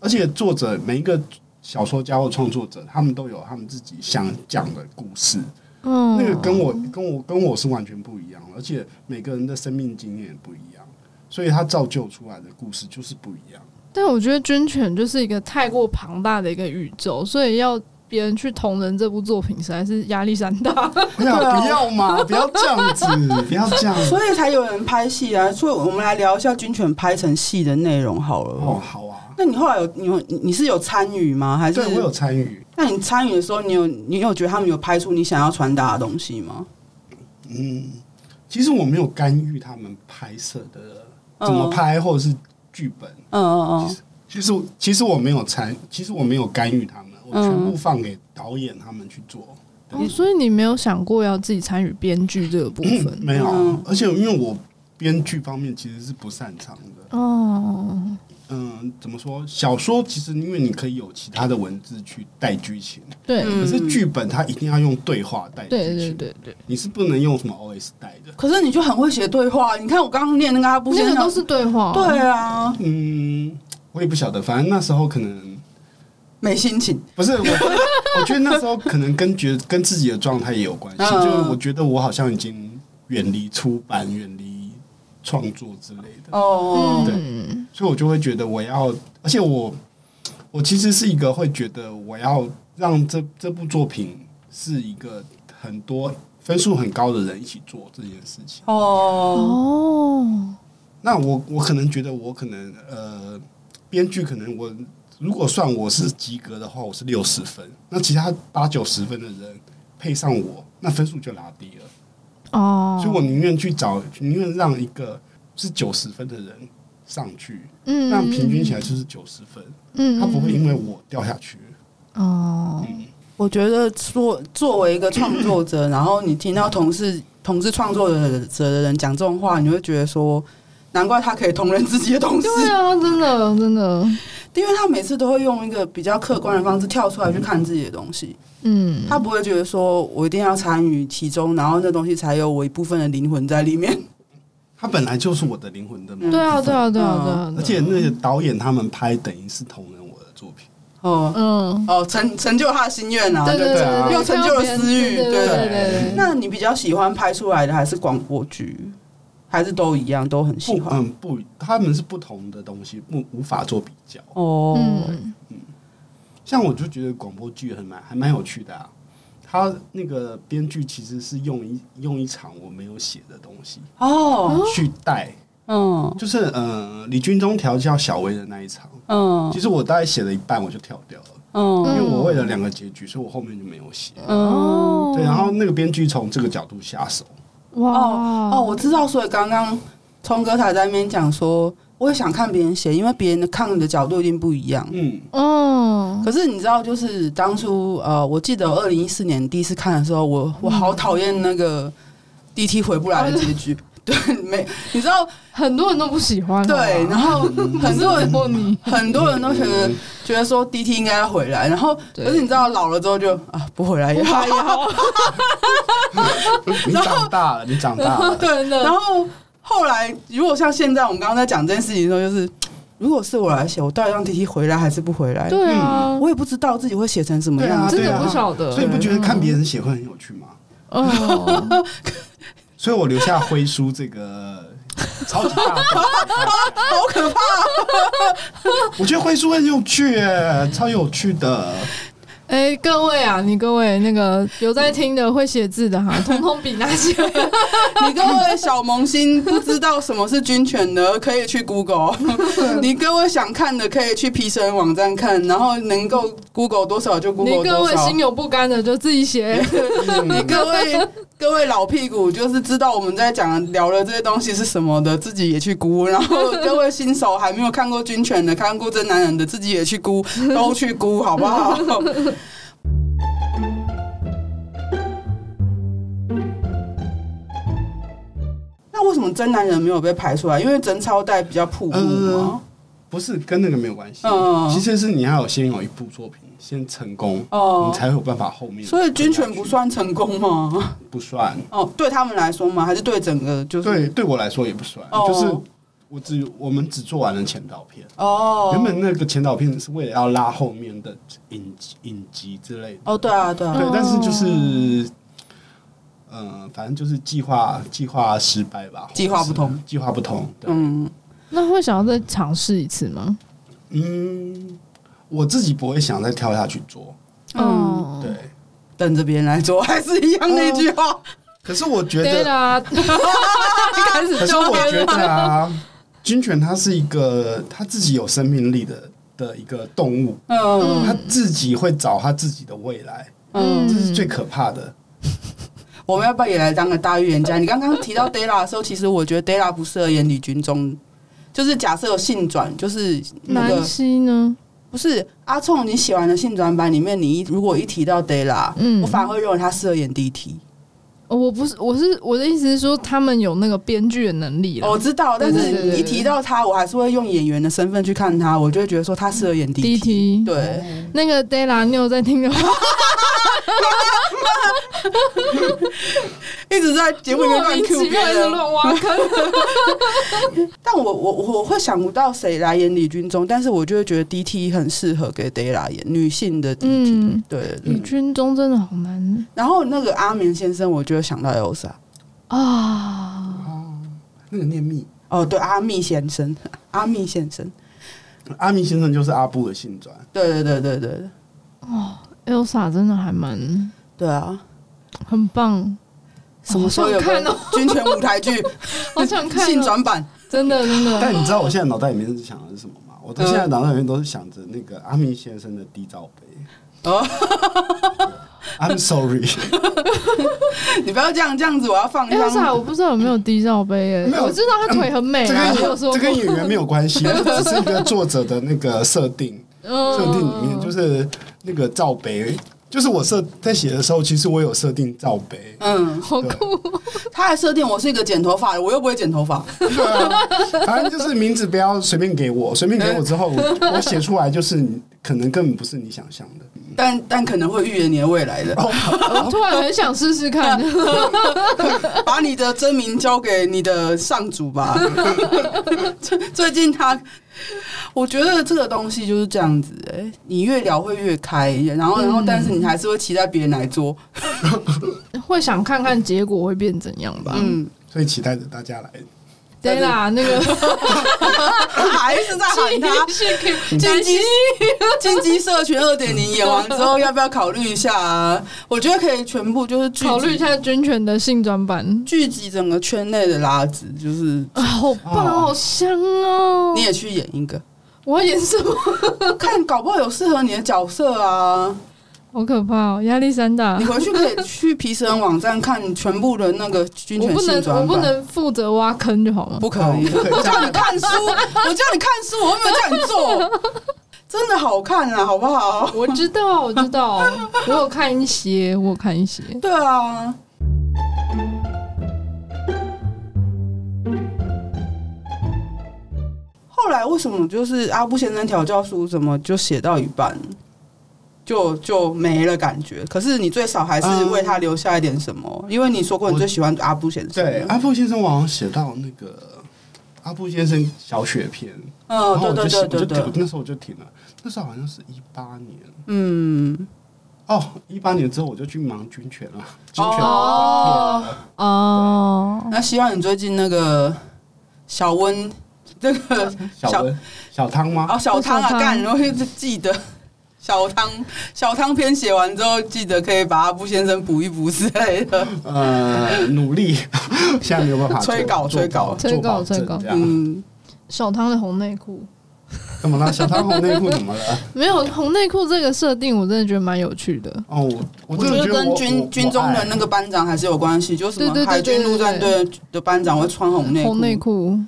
而且作者每一个小说家或创作者，他们都有他们自己想讲的故事，嗯，那个跟我跟我跟我是完全不一样的，而且每个人的生命经验也不一样，所以他造就出来的故事就是不一 样。但我觉得军犬就是一个太过庞大的一个宇宙，所以要别人去同人这部作品，实在是压力山 大。不要哎啊不要嘛，不要这样子，不要这样。所以才有人拍戏啊。所以我们来聊一下军犬拍成戏的内容好了。哦，好啊，那你后来有你有你你是有参与吗？啊还是对我有参与，那你参与的时候，你有你有觉得他们有拍出你想要传达的东西吗？嗯，其实我没有干预他们拍摄的嗯怎么？拍或者是剧本，嗯嗯嗯，其实其实我没有参，其实我没有干预他们，我全嗯部放给导演他们去做。哦，所以你没有想过要自己参与编剧这个部分？没有，嗯而且因为我编剧方面其实是不擅长的。哦，嗯，怎么说？小说其实因为你可以有其他的文字去带剧情，对，嗯可是剧本它一定要用对话带剧对情，对对对，你是不能用什么 OS 带的。可是你就很会写对话。你看我刚刚念那个阿布先那生，个都是对话，对啊，嗯，我也不晓得，反正那时候可能没心情。不是我， 我觉得那时候可能跟觉跟自己的状态也有关系，嗯就是我觉得我好像已经远离出版、远离创作之类的，哦，嗯，所以我就会觉得我要，而且我我其实是一个会觉得我要让这这部作品是一个很多分数很高的人一起做这件事情。哦，哦，那我我可能觉得我可能呃，编剧可能我如果算我是及格的话，我是六十分，那其他八九十分的人配上我，那分数就拉低了。哦，所以我宁愿去找，宁愿让一个是九十分的人上去，嗯那平均起来，就是九十分，嗯，嗯他不会因为我掉下去。哦，嗯，我觉得作作为一个创作 者，然后你听到同事同事创作者者的人讲这种话，你会觉得说，难怪他可以同人自己的东西，对啊，真的真的，因为他每次都会用一个比较客观的方式跳出来去看自己的东西，嗯，他不会觉得说我一定要参与其中，然后那东西才有我一部分的灵魂在里面。他本来就是我的灵魂的嘛。对啊对啊对啊对啊，而且那个导演他们拍等于是同人我的作品， 哦嗯。哦，成成就他的心愿啊，对就对这对样啊对，又成就了私欲，对对对对对对对对。那你比较喜欢拍出来的还是广播剧，还是都一样都很喜不欢？嗯不，他们是不同的东西，不无法做比较。哦，嗯，像我就觉得广播剧很蛮还蛮有趣的啊。他那个编剧其实是用一用一场我没有写的东西哦，去带，嗯就是呃李军中调教小薇的那一场，哦嗯其实我大概写了一半我就跳掉了，因嗯为我为了两个结局，所以我后面就没有写。嗯，对，然后那个编剧从这个角度下手，哦哇哦哦，我知道，所以刚刚聪哥才在那边讲说，我也想看别人写，因为别人的看你的角度一定不一样。 嗯，嗯，可是你知道，就是当初呃，我记得二零一四年第一次看的时候，我我好讨厌那个 DT 回不来的结局。对，没，你知道，很多人都不喜欢啊，对，然后很多人后你很多人都觉得嗯觉得说 DT 应该要回来，然后对可是你知道老了之后就啊不回来也好，你长大了，你 长大了， 真的，然后后来如果像现在我们刚刚在讲这件事情的时候，就是如果是我来写，我到底让 T T 回来还是不回来？对啊，我也不知道自己会写成什么样子。真对的啊不晓得。所以你不觉得看别人写会很有趣吗？嗯 哦，所以我留下灰书这个超级大本， 好可 怕！我觉得灰书很有趣耶，呃超有趣的。哎、各位啊，你各位那个有在听的会写字 的哈，通通比那些你各位小萌新不知道什么是军犬的，可以去 Google。你各位想看的，可以去皮神网站看，然后能够 Google 多少就你 Google 各多位少心。有不甘的就自己写。你各位各位老屁股，就是知道我们在讲聊的这些东西是什么的，自己也去估。然后各位新手还没有看过军犬的，看过真男人的，自己也去估，都去估，好不好？那为什么真男人没有被排出来？因为真超带比较瀑布吗？呃不是跟那个没有关系，嗯其实是你要有先有一部作品先成功，哦你才有办法后面。所以军犬不算成功吗？不算，哦，对他们来说吗？还是对整个就是对对我来说也不算，哦就是我只我们只做完了前导片。哦，原本那个前导片是为了要拉后面的影集影集之类的，哦，对啊，对啊，对，但是就是，呃，反正就是计划计划失败吧，计划不通或者是，计划不通。对，嗯， 那会想要再尝试一次吗？嗯，我自己不会想再跳下去做，嗯哦，对。等着别人来做，还是一样那句话。可是我觉对啊得， 啦，开始可是就我觉得啊，军犬它是一个它自己有生命力的的一个动物，嗯哦它自己会找它自己的未来，嗯，这是最可怕的。我们要不要也来当个大预言家？你刚刚提到 Della 的时候，其实我觉得 Della 不适合演李军中，就是假设有性转，就是那南个希呢？不是阿冲，你写完的性转版里面，你一如果一提到 Della，嗯我反而会认为他适合演 DT。哦我不是，我是我的意思是说，他们有那个编剧的能力了。我知道，但嗯对对对是对一提到他，我还是会用演员的身份去看他，我就会觉得说他适合演 D DT。 T，对，那个 Della，你有在听 的话，一直在节目里面 莫乱名 Q 别其妙一直人，乱挖啊坑。但我我我会想不到谁来演李军中，但是我就会觉得 D T E 很适合给 Della 演女性的 D T，、嗯，对对对。李军中真的好难然后那个阿棉先生，我就会想到 Elsa，啊！那个念密哦，对，阿密先生，阿密先生，阿明先生就是阿布的性转，对对对对对，Elsa 真的还蛮对啊！很棒，什么时候有好想看个哦 军权舞 台剧好想看哦性转版？真的真的。但你知道我现在脑袋里面是想的是什么吗？我到现在脑袋里面都是想着那个阿明先生的低罩杯。哦 I'm sorry，你不要这样这样子，我要放一 Elsa 张。我不知道有没啊有低罩杯诶、没有我知道她腿很美这啊，我有跟说这过跟演员没有关 系，这只是一个作者的那个设定嗯嗯设定里面，就是那个罩杯，就是我设在写的时候，其实我有设定罩杯，嗯，好酷，他还设定我是一个剪头发的，我又不会剪头发。对啊，反正就是名字不要随便给我，随便给我之后，我我写出来就是你可能根本不是你想象的。但但可能会预言你的未来的，我哦突然很想试试看。 把你的真名交给你的上主吧。 最最近他，我觉得这个东西就是这样子、哎，你越聊会越开，然嗯后然后但是你还是会期待别人来做，会想看看结果会变怎样吧。嗯，嗯， 所以期待着大家来。对啦，那个还是在喊 他。是金鸡金鸡社群二点零演完之后，要不要考虑一下啊？我觉得可以全部就是聚集考虑一下军犬的性转版聚集整个圈内的拉子，就是啊，好棒，哦好香哦！你也去演一个，我演什么？看搞不好有适合你的角色啊。好可怕哦，压力山大 你。回去可以去皮神网站看全部的那个军我犬不性能，转我版，不能负责挖坑就好吗？不可以。哦不可以我叫你看 书，我叫你看书，我又没有叫你做， 真的好看啊，好不好？我知道，我知道， 我有看一些，我有看一些。对啊。后来为什么就是阿布先生调教书怎么就写到一半，就就没了感觉？可是你最少还是为他留下一点什么，因为你说过你最喜欢阿布先生。对，阿布先生，我好像写到那个阿布先生小雪片，嗯，然后对我就对写我对就对停我对，那时候我就停了，那时候好像是一八年嗯，哦，一八年之后我就去忙军犬了，军犬哦哦，那希望你最近那个小温 这个小文小汤吗？哦小汤啊小汤干，然后就记得。小汤小汤篇写完之后，记得可以把阿布先生补一补之类的。呃，努力， 现在没有办法做催稿做催稿做催稿保证催稿这样嗯，小汤的红内裤怎么了？小汤红内裤怎么了？没有红内裤这个设定，我真的觉得蛮有趣的。哦，我我我真觉的得觉得跟我军军中的那，个班长还是有关系，就是什对么对对海军陆战队的班长会穿红内红内裤，裤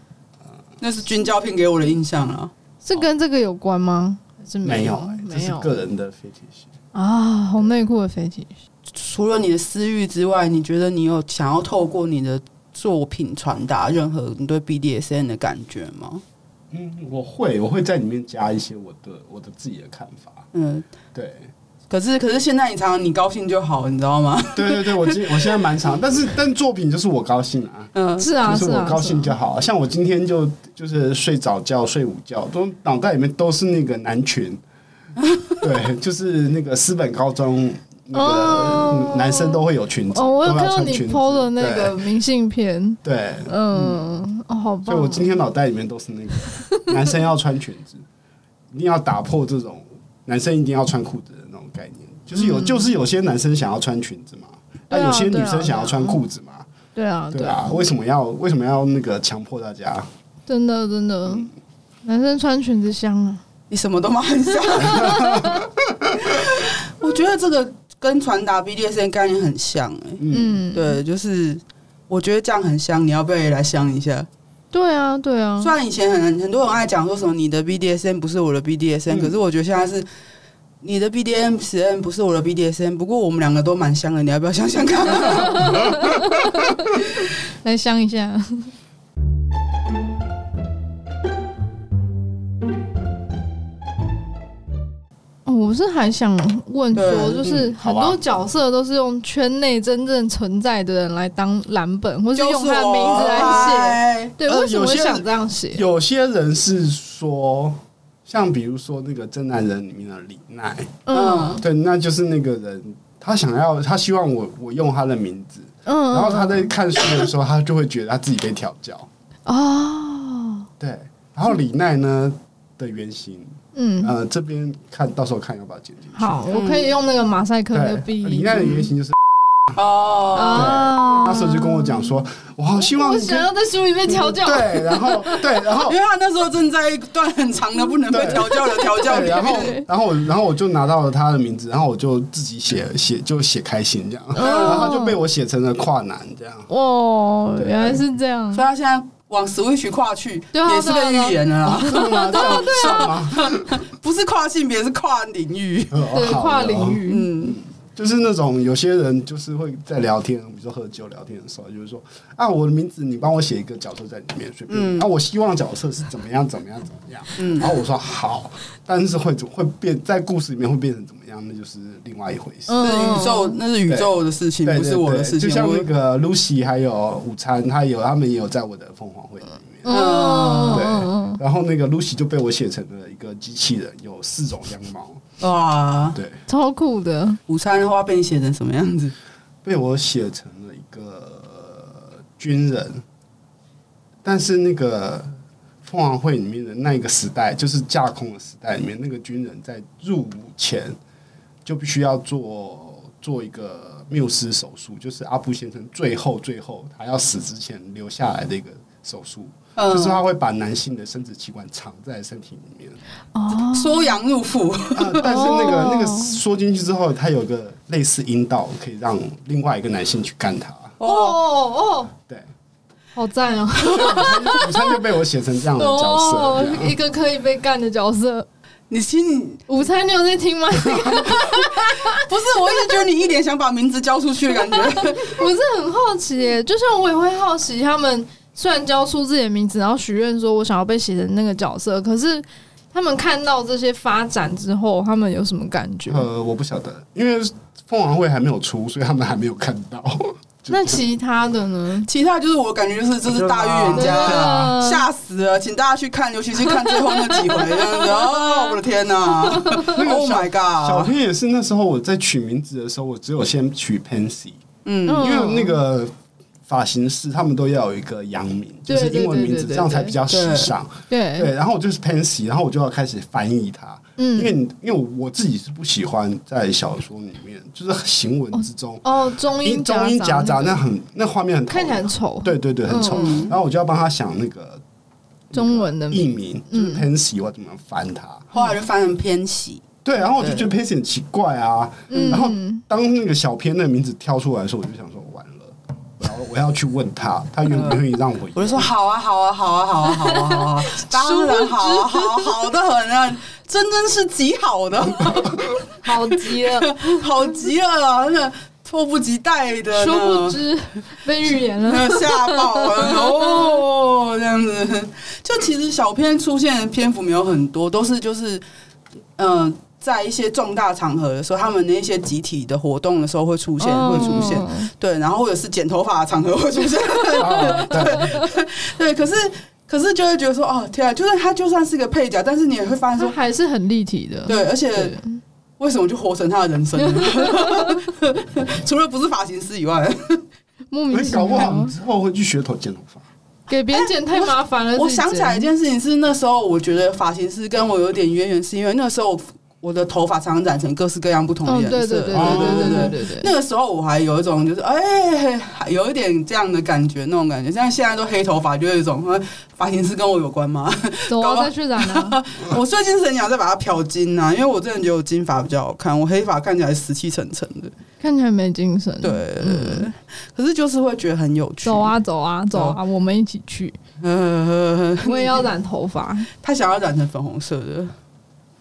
那是军教片给我的印象啊了。是跟这个有关吗？还是我爱没有有？，这没是有个人的 fetish。啊！红内裤的飞机除了你的私欲之外，你觉得你有想要透过你的作品传达任何你对 BDSN 的感觉吗？嗯，我会，我会在里面加一些我的我的自己的看法。嗯，对，可是可是现在你常常你高兴就好，你知道 吗？对对对，我今我现在蛮长，但是但作品就是我高兴啊，嗯，是啊就是是啊，我高兴是就啊好。像我今天就就是睡早觉、睡午觉，都脑袋里面都是那个男群， 对，就是那个私本高中那哦个男生都会有裙子，哦，我有都看要到穿你裙子 PO 的那个明信片，对。对嗯，哦，好所棒以哦！我今天脑袋里面都是那 个男生要穿裙子，一定要打破这种男生一定要穿裤子的那种概念，就是有、就是有些男生想要穿裙子嘛，嗯对但啊有些女对生啊想要穿裤子嘛，对啊，对对啊，为什么要为什么要那个强迫大家？真的真的，嗯男生穿裙子香啊，你什么都蛮像。 我觉得这个跟传达 BDSN 概念很像、欸，嗯，对，就是我觉得这样很香，你要不要也来香一下？对啊，对啊虽，然以前很很多人爱讲说什么你的 BDSM 不是我的 BDSM，、嗯可是我觉得现在是你的 BDSM 不是我的 BDSM。不过我们两个都蛮香的，你要不要想想 看？来香一下。 哦我是还想问说，对啊就是嗯好很吧多角色都是用圈内真正存在的人来当蓝本，或是就用他的我名字来写。哎对，呃为什么有会些人想这样写？有些人是说，像比如说那个《真男人》里面的李奈，嗯对，那就是那个人。他想要，他希望我我用他的名字，嗯，然后他在看书的时候，他就会觉得他自己被调教。哦，对，然后李奈呢的原型，嗯，呃，这边看到时候看要不要剪进去。好，我可以用那个马赛克的对，笔。李奈的原型就是哦，啊，那时候就跟我讲说，我好希望嗯我你可想以要在书里面调教。对，然后对，然后因为他那时候正在一段很长的不能被对调教的调教对，里然后面。然后我然后我就拿到了他的名字，然后我就自己写写就写开心这样， 然后他就被我写成了跨男这样。哦，对原来是这样所以。他现在往 Switch 跨去，对啊也是被对啊对啊预言了啦，真的 吗？这样算吗？不是跨性别，是跨领域。对，哦好跨的领域。嗯，就是那种有些人就是会在聊天，比如说喝酒聊天的时候，就是说啊，我的名字你帮我写一个角色在里面，随便。嗯啊，我希望角色是怎么样怎么样怎么样。嗯然后我说好，但是会会变在故事里面会变成怎么样，那就是另外一回事。嗯是宇宙，那是宇宙的事情，嗯对不是我的事情对对就。像我那个 Lucy 还有午餐，他有他们也有在我的凤凰会里面。嗯嗯对嗯嗯，然后那个 Lucy 就被我写成了一个机器人，有四种样貌。哇，对，超酷的。午餐的话被你写成什么样子？被我写成了一个呃军人，但是那个凤凰会里面的那一个时代，就是架空的时代里面，那个军人在入伍前就必须要做做一个缪斯手术，就是阿布先生最后最后他要死之前留下来的一个手术，嗯就是他会把男性的生殖器官藏在身体里面。哦，缩阳入腹，啊但是那个哦那个缩进去之后，它有个类似阴道，可以让另外一个男性去干它。哦哦，哦对，好赞哦！午餐就被我写成这样的角哦色，这，样一个可以被干的角色。你心午餐你有在听吗？那个啊不是，我一直觉得你一点想把名字交出去的感觉。我是很好奇耶，就像我也会好奇他们，虽然交出自己的名字，然后许愿说我想要被写成那个角色，可是他们看到这些发展之后，他们有什么感觉？呃，我不晓得，因为凤凰会还没有出，所以他们还没有看到。就那其他的呢？其他就是我感觉就是这是大预言对家啊了。真的吓死了！请大家去看，尤其是看最后那几回，这样子哦，我的天哪！Oh my 小 god！天也是那时候我在取名字的时候，我只有先取 Pansy，嗯，嗯因为那个发型师他们都要有一个洋名，就是对对英文对名对字，对这样才对比较时对尚。嗯对，对，然后我就是 Pansy，然后我就要开始翻译它，因为嗯，你因为我自己是不喜欢在小说里面，就是行文之中，哦，中因英中英夹杂，那那很那画面很看起来讨很丑，厌对啊对对，很丑。嗯然后我就要帮他想那个中文的译名，名，就是嗯 Pansy，我要怎么翻它？后来就翻成偏喜，对，然后我就觉得 Pansy 很奇怪啊。嗯然后当那个小编的名字跳出来的时候，我就想说完了，然后我要去问他，他愿不愿意让我？我就说好啊，好啊，好啊，好啊，好啊，好啊，当然好啊，好啊好的很啊，真真是极好的，好啊极了，好极了啊，真的迫不及待的呢，殊不知被预言了， 吓爆了哦，这样子。就其实小片出现的篇幅没有很多，都是就是嗯、呃在一些重大场合的时候，他们那些集体的活动的时候会出现，会出现。哦对，然后或者是剪头发的场合会出 现，啊对，对。可是可是就会觉得说，哦天啊，就是他就算是个配角，但是你也会发现它 说，还是很立体的，对，而且对，为什么就活成他的人生呢？ 除了不是发型师以外，莫所名以其哎搞不好妙你，之后会去学头剪头发。给别人剪太麻烦了。我自己想起来一件剪，事情是，那时候我觉得发型师跟我有点渊源，是因为那时候我我的头发常常染成各式各样不同的嗯，颜色。哦对对对对对对对对对，那个时候我还有一种就是哎、还有一点这样的感觉，那种感觉。像现在都黑头发，就有一种呃发型师跟我有关吗？走搞啊，不好再去染啊，我最近是很想再把它漂金啊，因为我真的觉得我金发比较好看，我黑发看起来死气沉沉的。看起来没精神。对，嗯可是就是会觉得很有趣。走 啊，走啊，走啊，我们一起去。呃，我也要染头发，啊他想要染成粉红色的，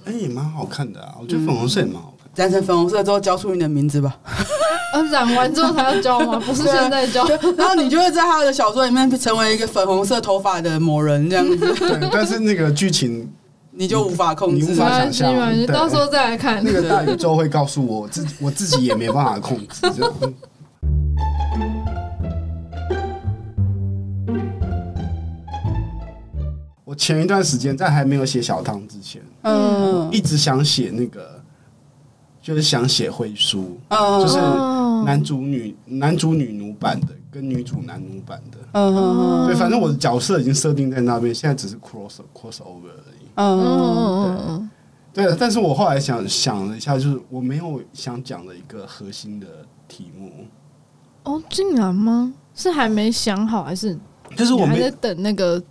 哎，也蛮好看的啊，我觉得粉红色也蛮好看。染成粉红色之后交出你的名字吧。呃，染完之后才要教吗？不是现在教。 然后你就会在他的小说里面成为一个粉红色头发的某人，这 样子对，但是那个剧情，你就无法控你无制没法了。关系，没关系，对到时候再来看那。个大宇宙会告诉我，我自我自己也没办法控制。就嗯我前一段时间在还没有写小汤之前，嗯一直想写那个，就是想写灰书，嗯，就是哦男主女男主女奴版的，跟女主男奴版的。嗯对，反正我的角色已经设定在那边，现在只是 cross cross over 而已。嗯嗯嗯嗯对，啊但是我后来想想了一下，就是我没有想讲的一个核心的题目，嗯，哦，竟然吗？是还没想好，还是就是你我还在们等那个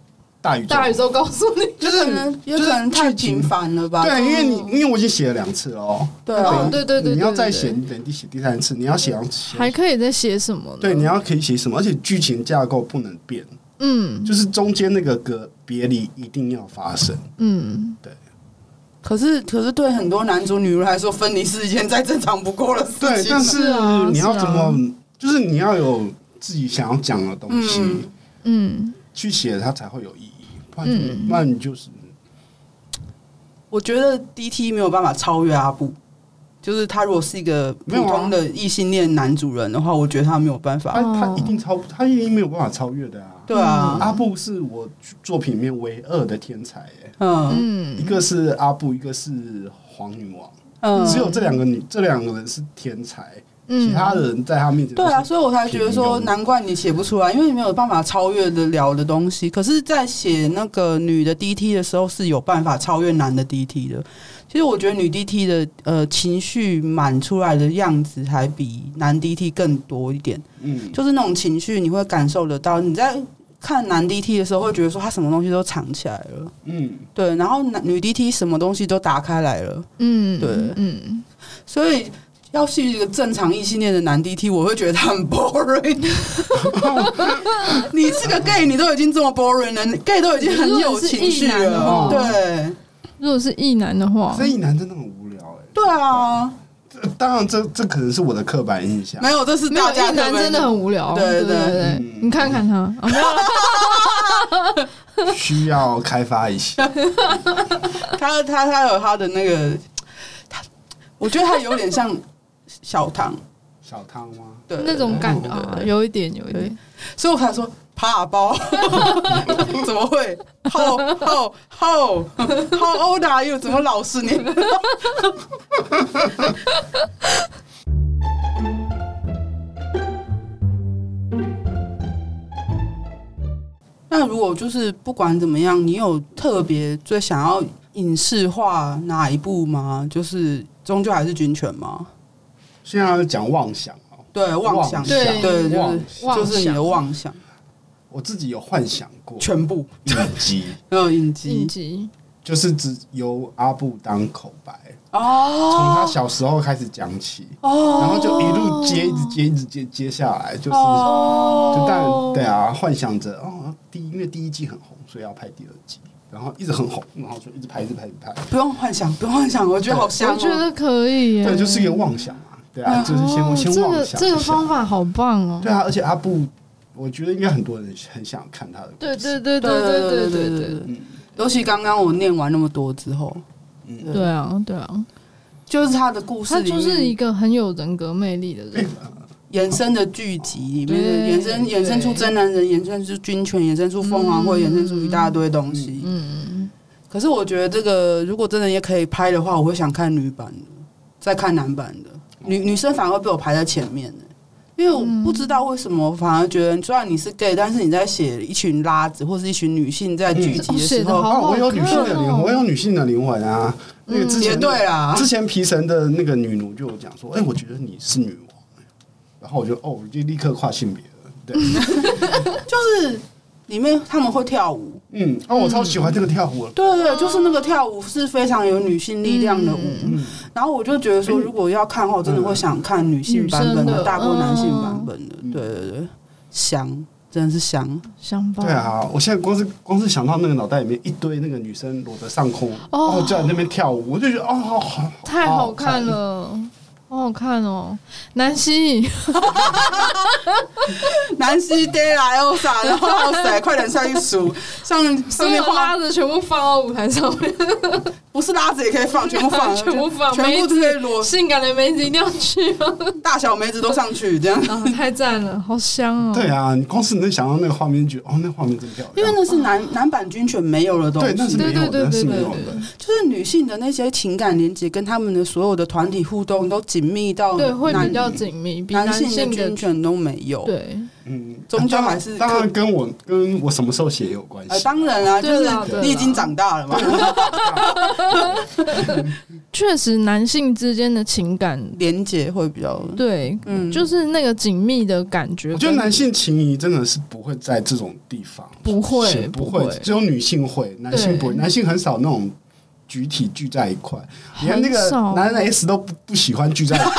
大宇宙大宇宙告诉你？就是可能有可能太频。繁了吧？对，因为你因为我已经写了两次了哦，对啊嗯哦啊，对对对对你要再对写，你等第写第三次，你要写要写还可以再写什么呢？对，你要可以写什么，而且剧情架构不能变，嗯就是中间那个隔别离一定要发生。嗯，可是可是对很多男主女主来说，分离是一件再正常不过的事对，情。但是是啊你要是啊怎么，就是你要有自己想要讲的东西。嗯嗯，去写它才会有意义，不然就、嗯不然你就是我觉得 DT 没有办法超越阿布。就是他如果是一个普没有啊通的异性恋男主人的话，我觉得他没有办他法。他一定超他一定没有办法超越的啊。对啊，阿布是我作品里面唯二的天才、欸，嗯嗯一个是阿布，一个是黄女王，嗯，只有这两个女这两个人是天才，嗯，其他人在他面前对都啊，是所以我才觉得说，平庸难怪你写不出来，因为你没有办法超越得了的东西。可是，在写那个女的 DT 的时候，是有办法超越男的 DT 的。其实，我觉得女 DT 的呃情绪满出来的样子，还比男 DT 更多一点。嗯，就是那种情绪，你会感受得到。你在看男 DT 的时候，会觉得说他什么东西都藏起来了，嗯，对。然后男女 DT 什么东西都打开来了，嗯，对嗯，所以。要是一个正常异性恋的男 DT，我会觉得他很 boring。你是个 gay，你都已经这么 boring 了你，gay 都已经很有情绪如果是异男的了话。对，如果是异男的话所，以男真的很无聊、欸，对啊，哎，当然这这可能是我的刻板印象 没，有，这是没有大家异男真的很无聊，对对对对嗯，你看看他啊，没有啦，需要开发一下。他他他有他的那个，他我觉得他有点像小唐，小汤吗？对那种感觉对对对啊，有一点，有一点。所以我才说怕包， 怎么会？How how how how old are you？怎么老是你？那如果就是不管怎么样，你有特别最想要影视化哪一部吗？就是终究还是军犬吗？现在要讲妄想哦，对，妄想，妄想对，就妄是妄就是你的想妄想，我自己有幻想 过全部。影集，嗯，影影集集就是只由阿布当口白，哦，从他小时候开始讲起，哦然后就一路接，一直接，一直接接下来，就是哦，就但对啊，幻想着哦，第一因为第一季很红，所以要拍第二季，然后一直很红，然后就一直拍，一直拍，一直拍，不用幻想，不用幻想，我觉得好香、哦。我觉得可以耶。对，就是一个妄想嘛，对啊，就是先哦先这妄个想，这个方法，法好棒哦。对啊，而且阿布，我觉得应该很多人很想看他的，对对对对对对对对对对对对对尤其刚刚我念完那么多之后，嗯，对啊对啊，就是他的故事他里面就是一个很有人格魅力的人。衍生的剧集里面的对衍生衍生出对真男人，衍生出军犬，衍生出凤凰会，嗯衍生出一大堆东西。嗯，可是我觉得这个如果真的也可以拍的话，我会想看女版的，再看男版的。女女生反而会被我排在前面呢、因为我不知道为什么，我反而觉得虽然你是 gay，但是你在写一群拉子或是一群女性在聚嗯哦集的时写的候，好啊，好我有女性的看灵哦嗯魂，我有女性的灵魂啊，那个之也前对啊啦，之前皮神的那个女奴就有讲说，哎、我觉得你是女王，然后我就哦，我就立刻跨性别了。对，就是里面他们会跳舞，嗯，哦，我超喜欢这个跳舞的，对对对，就是那个跳舞是非常有女性力量的舞。嗯，然后我就觉得说，如果要看的话，我真的会想看女性版本女生的，的大过男性版本的。嗯对对对，香，真的是香。相伴。对，啊，我现在光是光是想到那个脑袋里面一堆那个女生裸着上空，哦嗯哦，就在那边跳舞，我就觉得哦，好好，太好看，了，好好看哦，南希。南希 d a y 来欧萨，然后奥塞，快点上去数，上上所面有画拉着全部放到舞台上面，不是拉子也可以放，全部放，全部放全部梅这子些裸性感的梅子一定要去哦！大小梅子都上去，这样。啊， 太赞了，好香哦！对啊，你光是能想到那个画面，就觉得哦，那画面真漂亮，因为那是男男版军犬没有的东西，对，那是没有对对对的，那是对没有对的，就是女性的那些情感连接跟他们的所有的团体互动都紧密到对，会男比较紧密，比男性性的军犬都没有。对，嗯，终究当然还是当然跟我跟我什么时候写有关呃，系，当然啦、对啦就是对你已啦经长大了嘛，确实男性之间的情感，连接会比较对，嗯，就是那个紧密的感觉。我觉得男性情谊真的是不会在这种地方，不会是不不会只有女性会，男性不会，对男性很少那种集体聚在一块。你看那很个少男人 S 都不不喜欢聚 在一块，在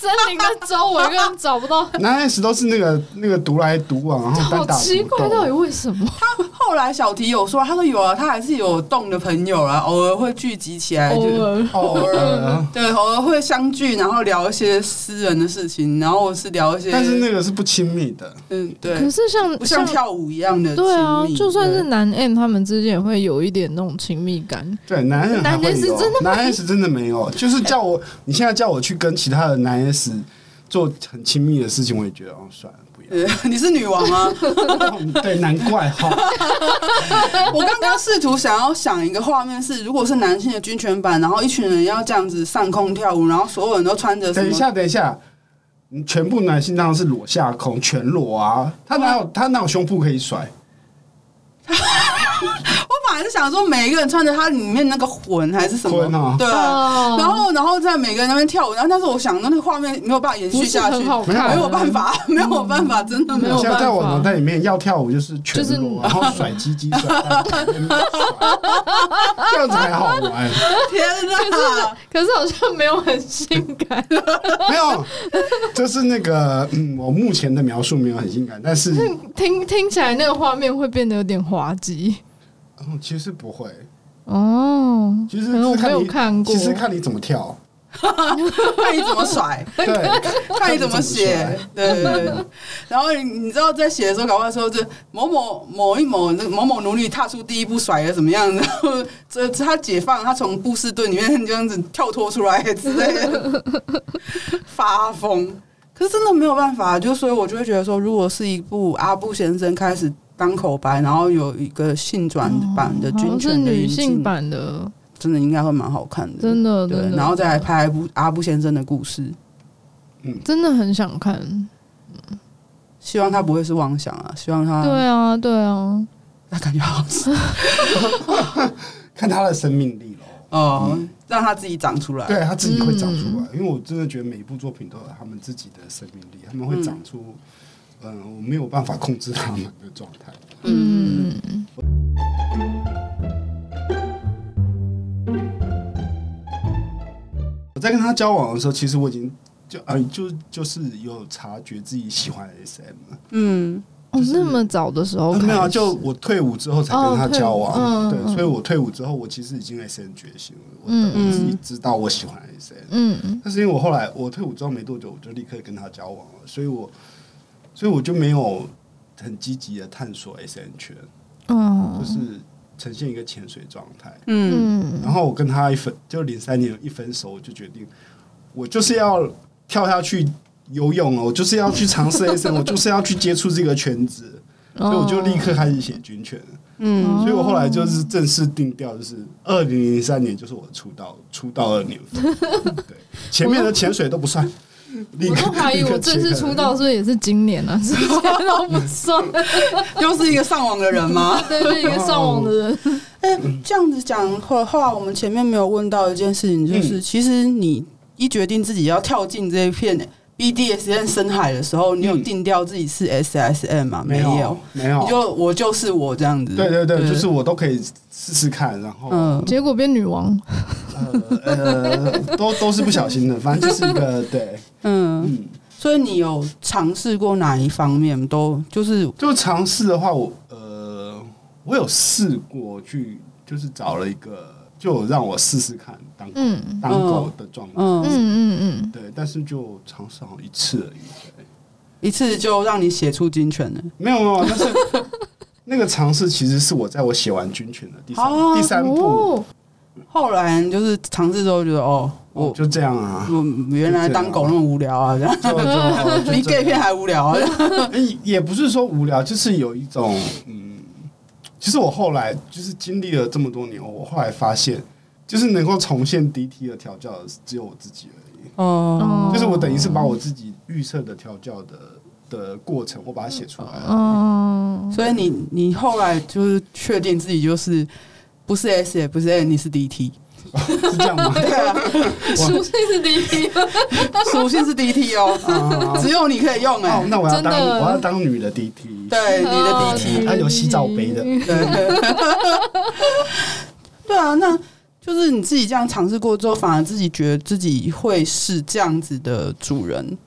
森林的周围，根本找不到，男人 S 都是那个那个独来独往，然后好单打奇独怪，到底斗。为什么？后来小迪有说，他说有啊，他还是有动的朋友啦，偶尔会聚集起来，偶就尔偶尔，对，偶尔会相聚，然后聊一些私人的事情，然后是聊一些，但是那个是不亲密的，嗯，可对，是像不像跳舞一样的亲密，对啊，就算是对男 N 他们之间也会有一点那种亲密感。对，男人还男会 S 有真的，男 S 真的没有，就是叫我你现在叫我去跟其他的男 S 做很亲密的事情，我也觉得哦，算了，不要。呃 你是女王啊！ 对，难怪哈，我刚刚试图想要想一个画面是，如果是男性的军犬版，然后一群人要这样子上空跳舞，然后所有人都穿着什等一么下，等一下，嗯全部男性当然是裸下空，全裸啊！他哪有他哪有胸部可以甩？我本来是想说，每一个人穿着他里面那个魂还是什么，魂啊对。哦然后，然后在每个人那边跳舞，然后但是我想，那个画面没有办法延不续是下去，很好看，没有办，法，没有办法，真的没没有有现在办在我法脑袋里面要跳舞就是全就是裸，然后甩鸡鸡甩蛋，这样子才好玩。天哪！可是好像没有很性 感，没有，这是那个嗯，我目前的描述没有很性感，但是嗯听听起来那个画面会变得有点滑稽嗯，其实不会，哦。其实可能我看没有你看过其，实看你怎么跳，看你怎么甩，对， 看你怎么看写你怎，对对对。对然后你你知道在写的时候，搞不好说这某某某一某那某某奴隶踏出第一步甩的怎么样，然后这这他解放，他从布士顿里面这样子跳脱出来之类的，发疯。可是真的没有办法，就所以我就会觉得说，如果是一部阿布先生开始当口白，然后有一个性转版的好军像是犬的女引性进，版的，真的应该会蛮好看的，真的，对真，的然后再来拍一部阿布先生的故事，真的很想看。希望他不会是妄想啊，希望他对啊，对啊，他感觉好吃看他的生命力咯。哦，让他自己长出来。对他自己会长出来，嗯因为我真的觉得每一部作品都有他们自己的生命力，他们会长出，嗯、我没有办法控制他们的状态。嗯，我在跟他交往的时候，其实我已经就呃就就是有察觉自己喜欢 SM 了，嗯，哦，那么早的时候呃哦开始没有啊，就我退伍之后才跟他交往，啊哦退伍嗯对，所以我退伍之后，我其实已经 SM 觉醒了，我嗯我自己知道我喜欢 SM，嗯但是因为我后来我退伍之后没多久，我就立刻跟他交往了，所以我所以我就没有很积极的探索 S N 圈，哦就是呈现一个潜水状态。嗯嗯然后我跟他一分，就零三年一分手，我就决定我就是要跳下去游泳哦了，我就是要去尝试 S N，我就是要去接触这个圈子，所以我就立刻开始写军犬。嗯哦所以我后来就是正式定调，就是二零零三年就是我出道出道的年份，对，前面的潜水都不算。立我刻都怀疑我正式出，道是不是也是今年 啊？之前都不算，又是一个上网的人吗？对，是一个上网的人。哎、嗯这样子讲，后后来我们前面没有问到一件事情，就是、嗯其实你一决定自己要跳进这一片 BDSM 深海的时候，你有嗯定调自己是 SSM 吗？没有有，没有你，就我就是我这样子。对对对，就是我都可以试试看，然后嗯 结果变女王，呃呃，都都是不小心的，反正就是一个对， 嗯，嗯，所以你有尝试过哪一方面都就是就尝试的话，我呃，我有试过去，就是找了一个，就让我试试看当嗯当狗的状态，嗯嗯嗯嗯，对，但是就尝试好像一次而已，对。一次就让你写出金犬了。没有没有，但 是那个尝试其实是我在我写完《军犬》的第三、哦第三部，哦后来就是尝试之后觉得哦，我、我就这样 啊，我原来当狗那么无聊啊，这样就就就比 gay 片还无聊啊。哎也不是说无聊，就是有一种嗯，其实我后来就是经历了这么多年，我后来发现，就是能够重现 DT 的调教的只有我自己而已，哦，就是我等于是把我自己预测的调教的的过程，我把它写出来了。哦， 所以你你后来就是确定自己就是不是 S 也不是 N，你是 DT，是这样吗？对啊，属性是第一， 属性是 DT 哦，啊只有你可以用哎、哦，那我要当真的我要当女的 DT，对嗯你的哦 DT，它有洗澡杯 的。对， 对啊，那就是你自己这样尝试过之后，反而自己觉得自己会是这样子的主人，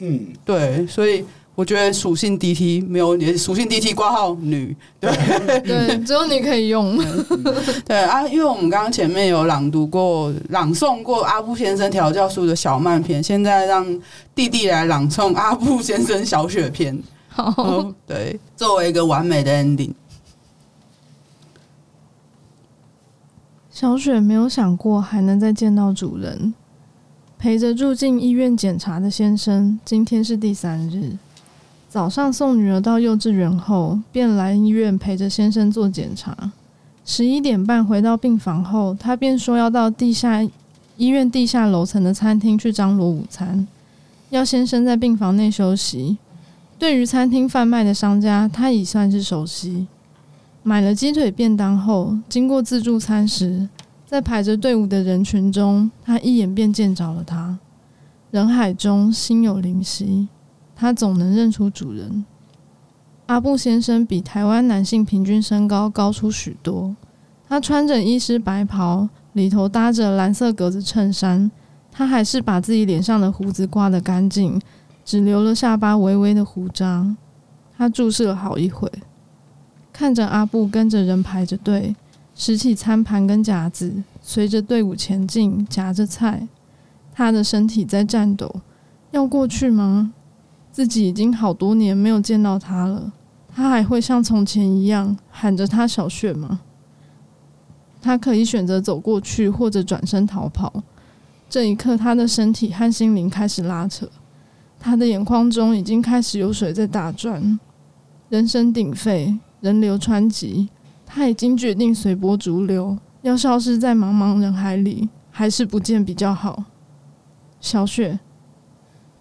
嗯，对，所以。我觉得属性 DT 没有，也属性 DT 挂号女，对，只有你可以用，对啊，因为我们刚刚前面有朗读过、朗诵过阿布先生调教书的小慢篇，现在让弟弟来朗诵阿布先生小雪篇。好，嗯对，作为一个完美的 ending，小雪没有想过还能再见到主人，陪着住进医院检查的先生，今天是第三日。早上送女儿到幼稚园后，便来医院陪着先生做检查。十一点半回到病房后，他便说要到地下医院地下楼层的餐厅去张罗午餐，要先生在病房内休息。对于餐厅贩卖的商家，他已算是熟悉。买了鸡腿便当后，经过自助餐时，在排着队伍的人群中，他一眼便见着了他。人海中心有灵犀，他总能认出主人。阿布先生比台湾男性平均身高高出许多，他穿着医师白袍，里头搭着蓝色格子衬衫，他还是把自己脸上的胡子刮得干净，只留了下巴微微的胡渣。他注视了好一会。看着阿布跟着人排着队，拾起餐盘跟夹子，随着队伍前进，夹着菜。他的身体在颤抖，要过去吗？自己已经好多年没有见到他了，他还会像从前一样喊着他小雪吗？他可以选择走过去，或者转身逃跑。这一刻，他的身体和心灵开始拉扯，他的眼眶中已经开始有水在打转，人声鼎沸，人流湍急，他已经决定随波逐流，要消失在茫茫人海里，还是不见比较好。小雪，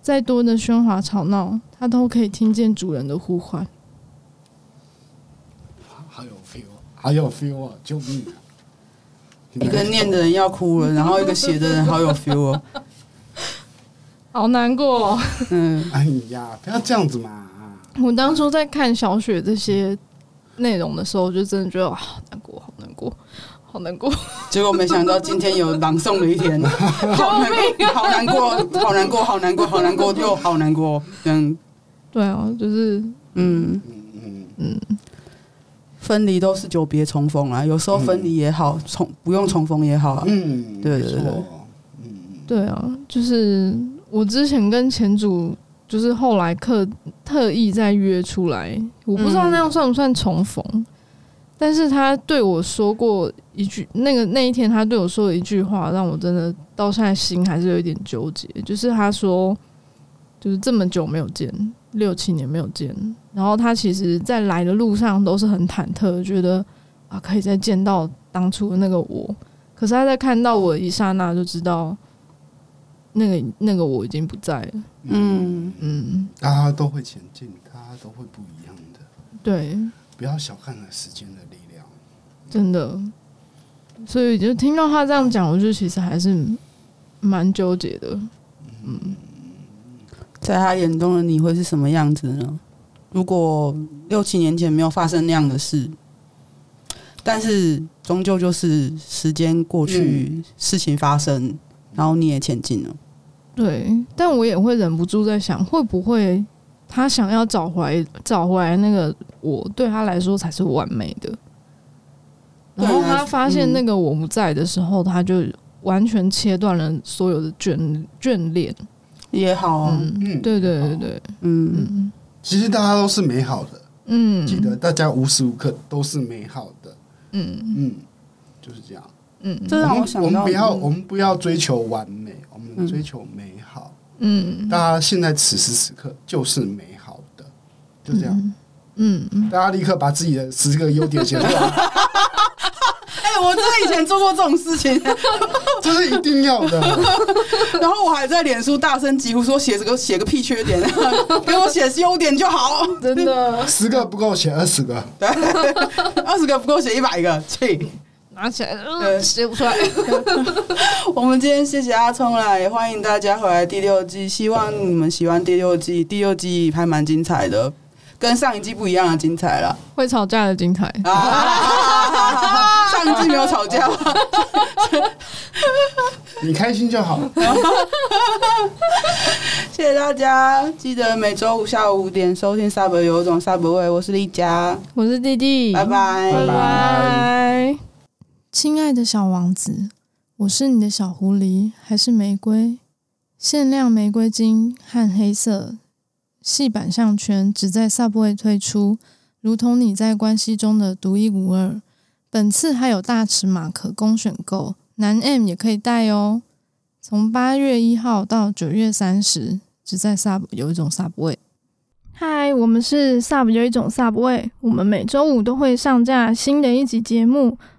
再多的喧哗吵闹，他都可以听见主人的呼唤。好有 feel，好有 feel 啊！救命、啊！一个念的人要哭了，然后一个写的人好有 feel 哦。好难过、哦。嗯，哎呀，不要这样子嘛！ 我当初在看小雪这些内容的时候，就真的觉得啊，好难过，好难过，好难过。结果没想到今天有朗诵的一天，好难过，好难过，好难过，好难过，好难过，又好难过。嗯，对啊，就是嗯嗯嗯，嗯，分离都是久别重逢啊啦，有时候分离也好，重不用重逢也好啊。嗯，对没对错对，嗯，对啊，就是我之前跟前主，就是后来特特意再约出来，我不知道嗯那样算不算重逢，但是他对我说过一句，那个那一天他对我说的一句话，让我真的到现在心还是有一点纠结，就是他说，就是这么久没有见，六七年没有见，然后他其实在来的路上都是很忐忑，觉得啊可以再见到当初的那个我，可是他在看到我的一刹那就知道。那个那个我已经不在了。嗯，嗯，大家都会前进，大家都会不一样的。对，不要小看了时间的力量。真的。所以就听到他这样讲，我就其实还是蛮纠结的。在他眼中的你会是什么样子呢？如果六七年前没有发生那样的事，但是终究就是时间过去，嗯事情发生，然后你也前进了。对，但我也会忍不住在想，会不会他想要找回找回来那个我，对他来说才是完美的。对然后啊他发现嗯那个我不在的时候，他就完全切断了所有的眷眷恋。也好啊，嗯，嗯对对对对，嗯，嗯其实大家都是美好的，嗯，哦记得大家无时无刻都是美好的。嗯嗯，就是这样。嗯这让我我们想我到，们不要我嗯们不要追求完美，我们嗯追求美好。嗯大家现在此时此刻就是美好的，就这样。嗯嗯。大家立刻把自己的十个优点写出来， 哎、我真的以前做过这种 事情，这是一定要的。然后我还在脸书大声疾呼说写这个写个屁缺点， 给我写优点就好，真的十个不够写二十个，二十个不够写一百个，气。拿起来，对呃，写不出来。我们今天谢谢阿聪啦，也欢迎大家回来第六季，希望你们喜欢第六季。第六季还蛮精彩的，跟上一季不一样的精彩了。会吵架的精彩，啊上一季没有吵架，你开心就好。谢谢大家，记得每周五下午五点收听《沙伯有一种沙伯味》，我是丽佳，我是弟弟，拜拜。拜拜。亲爱的小王子，我是你的小狐狸，还是玫瑰？限量玫瑰金和黑色细版项圈只在 Subway 推出，如同你在关系中的独一无二。本次还有大尺码可供选购，男 M 也可以戴哦。从八月一号到九月三十，只在 Sub 有一种 Subway。嗨，我们是 Sub 有一种 Subway，我们每周五都会上架新的一集节目。